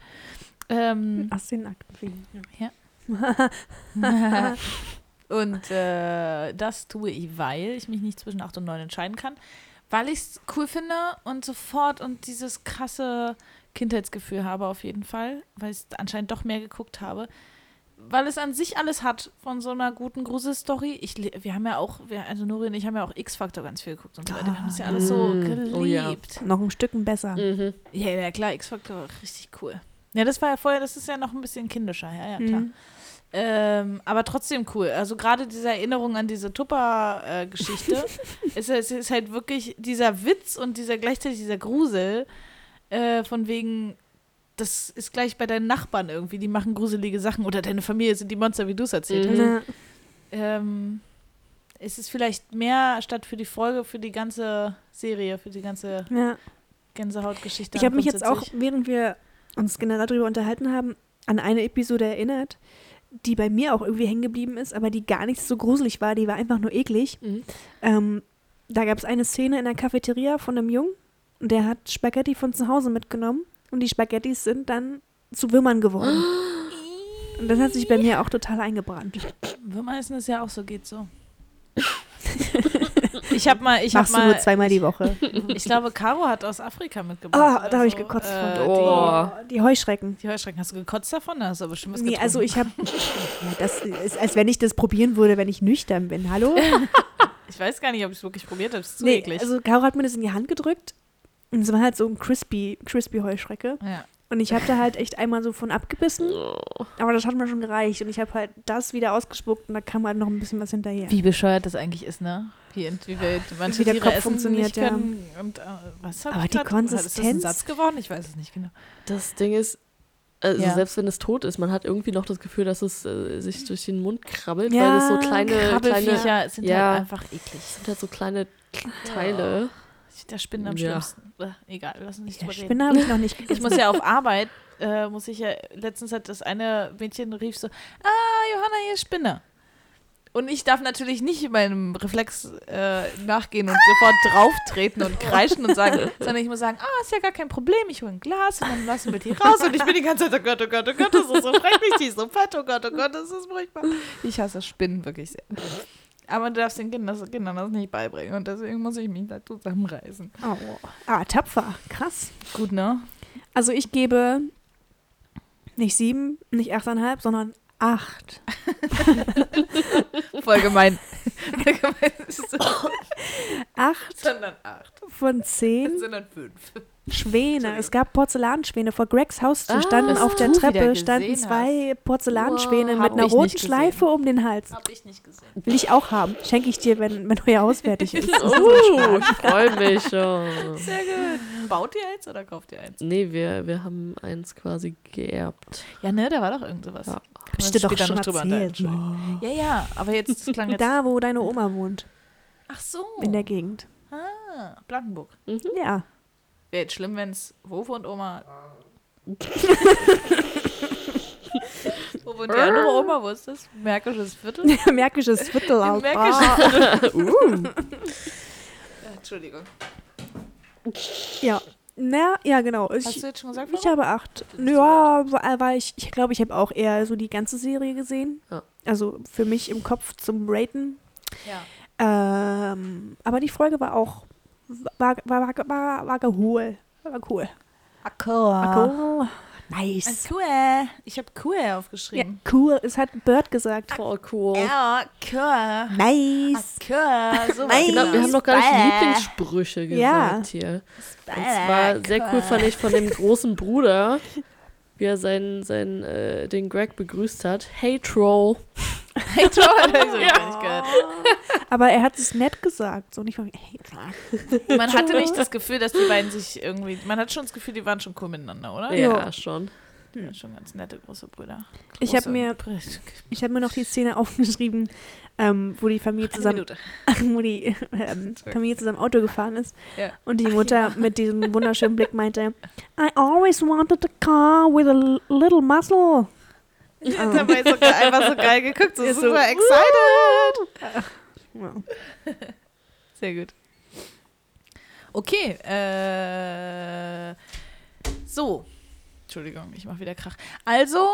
Speaker 1: Ähm,
Speaker 2: Aus den Akten fliegen.
Speaker 1: und äh, das tue ich, weil ich mich nicht zwischen 8 und 9 entscheiden kann, weil ich es cool finde und sofort und dieses krasse Kindheitsgefühl habe auf jeden Fall, weil ich anscheinend doch mehr geguckt habe. weil es an sich alles hat von so einer guten Gruselstory. Ich, le- wir haben ja auch, wir, also Nuri und ich haben ja auch X-Factor ganz viel geguckt und so weiter. Wir haben es ja alles so geliebt.
Speaker 3: Oh ja.
Speaker 2: Noch ein Stück besser.
Speaker 1: Mhm. Ja, ja klar, X-Factor war richtig cool. Ja, das war ja vorher, das ist ja noch ein bisschen kindischer, ja, ja,
Speaker 3: Hm.
Speaker 1: klar. Ähm, aber trotzdem cool. Also gerade diese Erinnerung an diese Tupper-Geschichte, es, es ist halt wirklich dieser Witz und dieser gleichzeitig dieser Grusel äh, von wegen, das ist gleich bei deinen Nachbarn irgendwie, die machen gruselige Sachen oder deine Familie sind die Monster, wie du es erzählt hast.
Speaker 2: Na,
Speaker 1: Ähm, es ist vielleicht mehr statt für die Folge, für die ganze Serie, für die ganze
Speaker 2: ja.
Speaker 1: Gänsehautgeschichte.
Speaker 2: Ich habe mich jetzt auch,
Speaker 1: grundsätzlich.
Speaker 2: während wir uns generell darüber unterhalten haben, an eine Episode erinnert, die bei mir auch irgendwie hängen geblieben ist, aber die gar nicht so gruselig war, die war einfach nur eklig.
Speaker 3: Mhm.
Speaker 2: Ähm, da gab es eine Szene in der Cafeteria von einem Jungen, und der hat Spaghetti von zu Hause mitgenommen und die Spaghettis sind dann zu Würmern geworden. Und das hat sich bei mir auch total eingebrannt.
Speaker 1: Würmer essen ist ja auch so, geht so. ich habe mal, ich habe
Speaker 2: Machst du nur
Speaker 1: mal,
Speaker 2: zweimal die Woche.
Speaker 1: ich glaube, Caro hat aus Afrika mitgebracht.
Speaker 2: Ah,
Speaker 1: oder
Speaker 2: da habe ich
Speaker 1: so,
Speaker 2: gekotzt
Speaker 1: Äh,
Speaker 2: von.
Speaker 3: Oh.
Speaker 2: Die Heuschrecken.
Speaker 1: die Heuschrecken, hast du gekotzt davon? Da hast du aber schon was
Speaker 2: Nee,
Speaker 1: getrunken.
Speaker 2: also ich habe. Ja, das ist, als wenn ich das probieren würde, wenn ich nüchtern bin. Hallo?
Speaker 1: ich weiß gar nicht, ob ich es wirklich probiert habe. Es ist zu
Speaker 2: Nee,
Speaker 1: eklig.
Speaker 2: also Caro hat mir das in die Hand gedrückt. Und es war halt so ein crispy, crispy Heuschrecke.
Speaker 1: ja.
Speaker 2: Und ich habe da halt echt einmal so von abgebissen. Aber das hat mir schon gereicht. Und ich habe halt das wieder ausgespuckt und da kam halt noch ein bisschen was hinterher.
Speaker 1: Wie bescheuert das eigentlich ist, ne? Wie, ent- wie wir manche
Speaker 2: Wie der
Speaker 1: Tiere
Speaker 2: Kopf
Speaker 1: essen
Speaker 2: funktioniert,
Speaker 1: nicht
Speaker 2: ja.
Speaker 1: können. Und, äh, was hab
Speaker 2: Aber
Speaker 1: ich
Speaker 2: die
Speaker 1: grad- Ist das ein
Speaker 2: Konsistenz?
Speaker 1: Satz geworden? Ich weiß es nicht genau.
Speaker 3: Das Ding ist, also
Speaker 1: Ja.
Speaker 3: selbst wenn es tot ist, man hat irgendwie noch das Gefühl, dass es äh, sich durch den Mund krabbelt, weil
Speaker 2: Mhm. Ja,
Speaker 3: es so kleine, kleine,
Speaker 1: Krabbelviecher sind
Speaker 3: ja.
Speaker 1: halt einfach eklig.
Speaker 3: sind halt so kleine Teile.
Speaker 1: Der Spinnen am
Speaker 3: Ja.
Speaker 1: schlimmsten. Äh, egal, lass uns nicht
Speaker 2: Ja,
Speaker 1: drüber reden.
Speaker 2: Spinne habe ich noch nicht
Speaker 1: Ich
Speaker 2: gegessen.
Speaker 1: muss ja auf Arbeit, äh, muss ich ja, letztens hat das eine Mädchen rief so, ah, Johanna, hier ist Spinne. Und ich darf natürlich nicht meinem Reflex äh, nachgehen und sofort drauftreten und kreischen und sagen, sondern ich muss sagen, ah, ist ja gar kein Problem, ich hole ein Glas und dann lassen wir die raus. Und ich bin die ganze Zeit, oh Gott, oh Gott, oh Gott, das ist so schrecklich, die ist so fett, oh Gott, oh Gott, das ist furchtbar. Ich hasse Spinnen wirklich sehr. Aber du darfst den Kindern das, Kindern das nicht beibringen und deswegen muss ich mich da zusammenreißen.
Speaker 2: oh. Ah, tapfer. Krass.
Speaker 1: Gut, ne?
Speaker 2: Also ich gebe nicht sieben, nicht achteinhalb, sondern acht.
Speaker 1: Voll gemein. Voll gemein ist so,
Speaker 2: Acht
Speaker 1: sondern acht,
Speaker 2: von zehn
Speaker 1: sondern fünf.
Speaker 2: Schwäne. Es gab Porzellanschwäne. Vor Gregs Haus
Speaker 3: Ah,
Speaker 2: standen
Speaker 3: dass
Speaker 2: auf der
Speaker 1: du wieder
Speaker 2: Treppe
Speaker 1: gesehen
Speaker 2: standen zwei Porzellanschwäne mit
Speaker 3: Wow. Hab
Speaker 2: einer
Speaker 3: ich nicht
Speaker 2: roten
Speaker 3: gesehen.
Speaker 2: Schleife um den Hals.
Speaker 1: Hab ich nicht gesehen.
Speaker 2: Will ich auch haben. Schenke ich dir, wenn, wenn euer Haus fertig ist.
Speaker 3: Uh, ich freue mich schon.
Speaker 1: Sehr gut. Baut ihr eins oder kauft ihr eins?
Speaker 3: Nee, wir, wir haben eins quasi geerbt.
Speaker 1: Ja, ne, da war doch irgend sowas.
Speaker 3: Ja.
Speaker 1: Kann man
Speaker 2: ich
Speaker 1: sich
Speaker 2: dir doch
Speaker 1: später
Speaker 2: schon
Speaker 1: noch ne? drüber unterhalten,
Speaker 2: erzählt.
Speaker 1: Entschuldigung. Ja, ja, aber jetzt das klang jetzt. Oh.
Speaker 2: Da, wo deine Oma wohnt,
Speaker 1: Ach so.
Speaker 2: in der Gegend.
Speaker 1: ah, Blankenburg.
Speaker 2: Ja.
Speaker 1: Wäre jetzt schlimm, wenn es Wovo und Oma. Wovo und die andere Oma, wo ist das? Märkisches Viertel?
Speaker 2: Märkisches Viertel auch.
Speaker 1: Märkischen
Speaker 2: Ah.
Speaker 1: Uh. Entschuldigung.
Speaker 2: Ja. Na, ja, genau.
Speaker 1: Hast
Speaker 2: Ich,
Speaker 1: du jetzt schon gesagt,
Speaker 2: ich
Speaker 1: Laura?
Speaker 2: habe acht. Ja, war war ich, ich glaube, ich habe auch eher so die ganze Serie gesehen.
Speaker 3: Ja.
Speaker 2: Also für mich im Kopf zum Raten.
Speaker 1: Ja.
Speaker 2: Ähm, aber die Folge war auch, war, war, war, war, war gehohl. War cool.
Speaker 1: Akku.
Speaker 2: Cool. Nice.
Speaker 1: Akku. Ich habe Kuh
Speaker 2: Ja,
Speaker 1: aufgeschrieben.
Speaker 2: cool. Es hat Bird gesagt.
Speaker 1: oh.
Speaker 3: Voll cool.
Speaker 1: Ja, Kuh.
Speaker 2: Nice.
Speaker 1: Akku. So was.
Speaker 3: Genau, wir haben noch gar nicht Lieblingssprüche
Speaker 2: Ja.
Speaker 3: gesagt hier. Und zwar sehr cool fand ich von dem großen Bruder, wie er seinen, seinen, äh, den Greg begrüßt hat. Hey Troll.
Speaker 1: Hey, toll. Also, gar nicht gehört.
Speaker 2: Aber er hat es nett gesagt. So nicht von, hey,
Speaker 1: Man hatte nicht das Gefühl, dass die beiden sich irgendwie. Man hat schon das Gefühl, die waren schon cool miteinander, oder?
Speaker 3: Ja, schon.
Speaker 1: Die waren schon ganz nette große Brüder.
Speaker 2: Ich
Speaker 1: Große
Speaker 2: hab mir-
Speaker 1: Brü-
Speaker 2: Ich habe mir noch die Szene aufgeschrieben, ähm, wo die Familie
Speaker 1: Eine
Speaker 2: zusammen,
Speaker 1: Minute.
Speaker 2: wo die ähm, Familie zusammen Auto gefahren ist
Speaker 1: Ja.
Speaker 2: und die Mutter mit diesem wunderschönen Blick meinte, I always wanted a car with a l- little muscle. Ähm,
Speaker 1: Dabei so, ge- einfach so geil geguckt, so
Speaker 2: Ist so,
Speaker 1: super excited.
Speaker 2: Ja.
Speaker 1: Sehr gut. Okay, äh. So. Entschuldigung, ich mach wieder Krach. Also,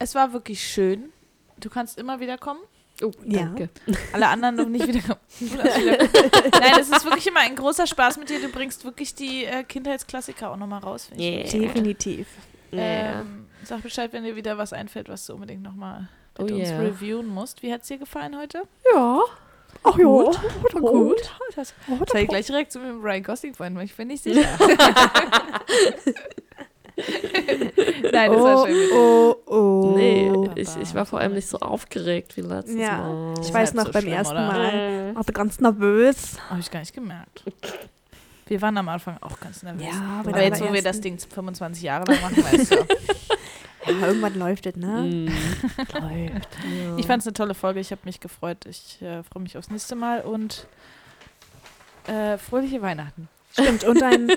Speaker 1: es war wirklich schön. Du kannst immer wieder kommen.
Speaker 3: Oh,
Speaker 2: Ja.
Speaker 3: danke.
Speaker 1: Alle anderen noch nicht wiederkommen. Du darfst wiederkommen. Nein, es ist wirklich immer ein großer Spaß mit dir. Du bringst wirklich die äh, Kindheitsklassiker auch nochmal raus. finde ich.
Speaker 3: Yeah.
Speaker 2: Definitiv.
Speaker 3: Yeah.
Speaker 1: Ähm, sag Bescheid, wenn dir wieder was einfällt, was du unbedingt nochmal dass
Speaker 3: Oh
Speaker 1: du
Speaker 3: yeah.
Speaker 1: uns reviewen musst. Wie hat es dir gefallen heute?
Speaker 2: Ja.
Speaker 1: Oh,
Speaker 2: Ach ja.
Speaker 3: Gut.
Speaker 2: Oder
Speaker 3: Gut.
Speaker 1: Das
Speaker 2: Oder
Speaker 1: das hat die
Speaker 2: gut.
Speaker 1: gleiche Reaktion wie mit Ryan Gosling vorhin, weil ich bin nicht sicher. Nein, das war
Speaker 2: Oh,
Speaker 1: schön. mit dir.
Speaker 2: oh, oh.
Speaker 3: Nee,
Speaker 1: Papa.
Speaker 3: ich, ich war vor allem nicht so aufgeregt wie letztes
Speaker 2: Ja.
Speaker 3: Mal.
Speaker 2: Ich
Speaker 1: halb
Speaker 2: weiß noch
Speaker 1: so
Speaker 2: beim
Speaker 1: schlimm,
Speaker 2: ersten
Speaker 1: oder?
Speaker 2: Mal. Warst du ganz nervös?
Speaker 1: Habe ich gar nicht gemerkt. Wir waren am Anfang auch ganz nervös.
Speaker 2: bei
Speaker 1: Aber
Speaker 2: der
Speaker 1: jetzt, wo wir
Speaker 2: allerersten-
Speaker 1: das Ding 25 Jahre lang machen, weißt du.
Speaker 2: Ja, irgendwann läuft es, ne?
Speaker 3: Mm.
Speaker 1: Mhm.
Speaker 2: Läuft.
Speaker 1: Ich fand es eine tolle Folge. Ich habe mich gefreut. Ich äh, freue mich aufs nächste Mal und äh, fröhliche Weihnachten.
Speaker 2: Stimmt. Und einen,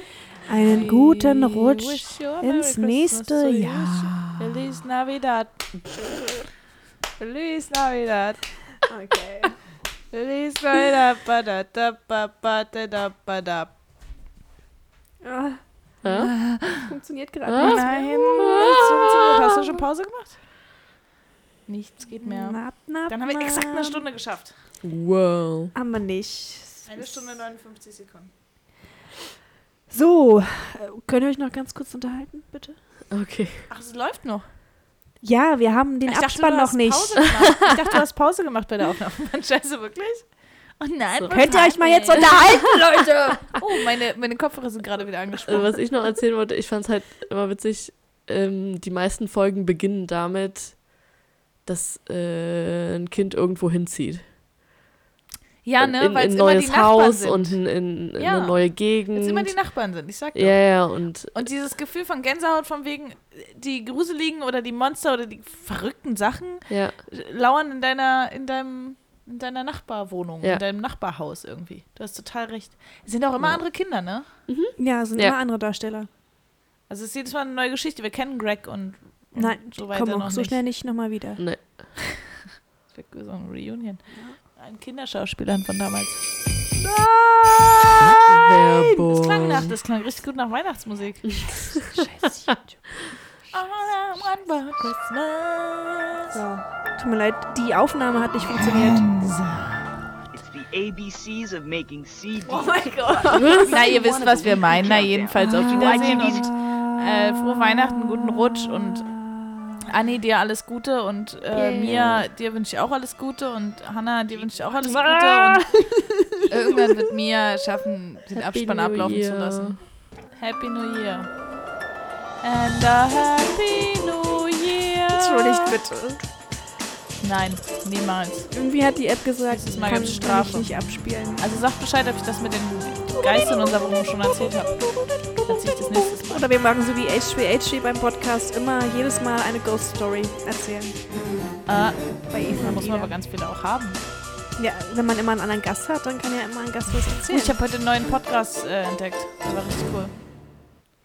Speaker 2: einen guten Rutsch. ins nächste
Speaker 1: Jahr. Feliz Navidad. Feliz Navidad.
Speaker 2: Okay.
Speaker 1: Feliz Navidad. Badada, badada, badada.
Speaker 2: Ah,
Speaker 3: Ja?
Speaker 2: funktioniert
Speaker 3: Ah.
Speaker 2: gerade nicht.
Speaker 1: Nein. das funktioniert. Hast du schon Pause gemacht? Nichts geht mehr.
Speaker 2: Nap, nap,
Speaker 1: Dann haben wir
Speaker 2: nap.
Speaker 1: exakt eine Stunde geschafft.
Speaker 3: Wow.
Speaker 2: Haben wir nicht.
Speaker 1: Eine Stunde 59 Sekunden.
Speaker 2: So, äh, könnt ihr euch noch ganz kurz unterhalten, bitte?
Speaker 3: Okay.
Speaker 1: Ach, es läuft noch.
Speaker 2: Ja, wir haben den
Speaker 1: Ich dachte,
Speaker 2: Abspann
Speaker 1: du
Speaker 2: noch
Speaker 1: hast
Speaker 2: nicht.
Speaker 1: Pause gemacht. Ich dachte, du hast Pause gemacht bei der Aufnahme. Mann, Scheiße, wirklich? Oh nein.
Speaker 3: So.
Speaker 1: was
Speaker 2: Könnt ihr euch
Speaker 1: macht
Speaker 2: mal
Speaker 1: ihr?
Speaker 2: jetzt unterhalten, Leute?
Speaker 1: Oh, meine, meine Kopfhörer sind gerade wieder
Speaker 3: Äh,
Speaker 1: angesprungen.
Speaker 3: Was ich noch erzählen wollte, ich fand es halt immer witzig, ähm, die meisten Folgen beginnen damit, dass äh, ein Kind irgendwo hinzieht.
Speaker 1: Ja, ne,
Speaker 3: in, in
Speaker 1: weil
Speaker 3: ein
Speaker 1: es immer die
Speaker 3: neues
Speaker 1: Nachbarn
Speaker 3: Haus
Speaker 1: sind.
Speaker 3: und in, in, in
Speaker 1: Ja.
Speaker 3: eine neue
Speaker 1: Weil
Speaker 3: Gegend.
Speaker 1: es immer die Nachbarn sind, ich sag
Speaker 3: ja,
Speaker 1: dir.
Speaker 3: ja, und
Speaker 1: Und dieses Gefühl von Gänsehaut von wegen, die gruseligen oder die Monster oder die verrückten Sachen
Speaker 3: ja,
Speaker 1: lauern in deiner, in deinem, in deiner Nachbarwohnung,
Speaker 3: Ja.
Speaker 1: in deinem Nachbarhaus irgendwie. Du hast total recht. Es sind auch immer
Speaker 3: Ja.
Speaker 1: andere Kinder, ne?
Speaker 2: Ja, sind
Speaker 3: Ja.
Speaker 2: immer andere Darsteller.
Speaker 1: Also es ist jedes Mal eine neue Geschichte. Wir kennen Greg und, und
Speaker 2: Nein,
Speaker 1: Mhm. so weiter
Speaker 2: kommen
Speaker 1: noch
Speaker 2: auch so
Speaker 1: nicht.
Speaker 2: schnell nicht nochmal wieder.
Speaker 3: ne.
Speaker 1: Ich werd so ein Reunion. Ein Kinderschauspielern von damals.
Speaker 3: Werbung.
Speaker 1: Das klang nach, das klang richtig gut nach Weihnachtsmusik. All I want for Christmas.
Speaker 2: So. Tut mir leid, die Aufnahme hat nicht funktioniert.
Speaker 7: It's the ABCs of making CDs.
Speaker 1: Na, ihr wisst, was wir meinen. Na, jedenfalls auf Wiedersehen und äh, frohe Weihnachten, guten Rutsch und Anni, dir alles Gute und äh, Mia, dir wünsche ich auch alles Gute und Hanna, dir wünsche ich auch alles Gute und irgendwann wird Mia schaffen, den
Speaker 3: Happy
Speaker 1: Abspann
Speaker 3: New
Speaker 1: ablaufen zu
Speaker 3: Year.
Speaker 1: lassen. Happy New Year. And a Happy New Year.
Speaker 2: Entschuldigt bitte.
Speaker 1: Nein, niemals.
Speaker 2: Irgendwie hat die App gesagt,
Speaker 1: Nächstes
Speaker 2: das
Speaker 1: Mal
Speaker 2: kann, kann
Speaker 1: gibt's
Speaker 2: ich
Speaker 1: Strafe.
Speaker 2: nicht abspielen.
Speaker 1: Also sagt Bescheid, ob ich das mit den Geistern in unserer Wohnung schon erzählt habe. Erzähl ich das nächstes Mal.
Speaker 2: Oder wir machen so wie HWHW beim Podcast immer jedes Mal eine Ghost Story erzählen.
Speaker 1: Ah,
Speaker 2: Bei Eva
Speaker 1: da
Speaker 2: und
Speaker 1: muss man
Speaker 2: Ida.
Speaker 1: aber ganz viele auch haben.
Speaker 2: Ja, wenn man immer einen anderen Gast hat, dann kann ja immer ein Gast was
Speaker 1: Cool,
Speaker 2: erzählen.
Speaker 1: ich habe heute einen neuen Podcast äh, entdeckt. Der war richtig cool.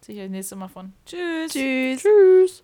Speaker 1: Sehe ich euch nächstes Mal von. Tschüss.
Speaker 2: Tschüss.
Speaker 3: Tschüss.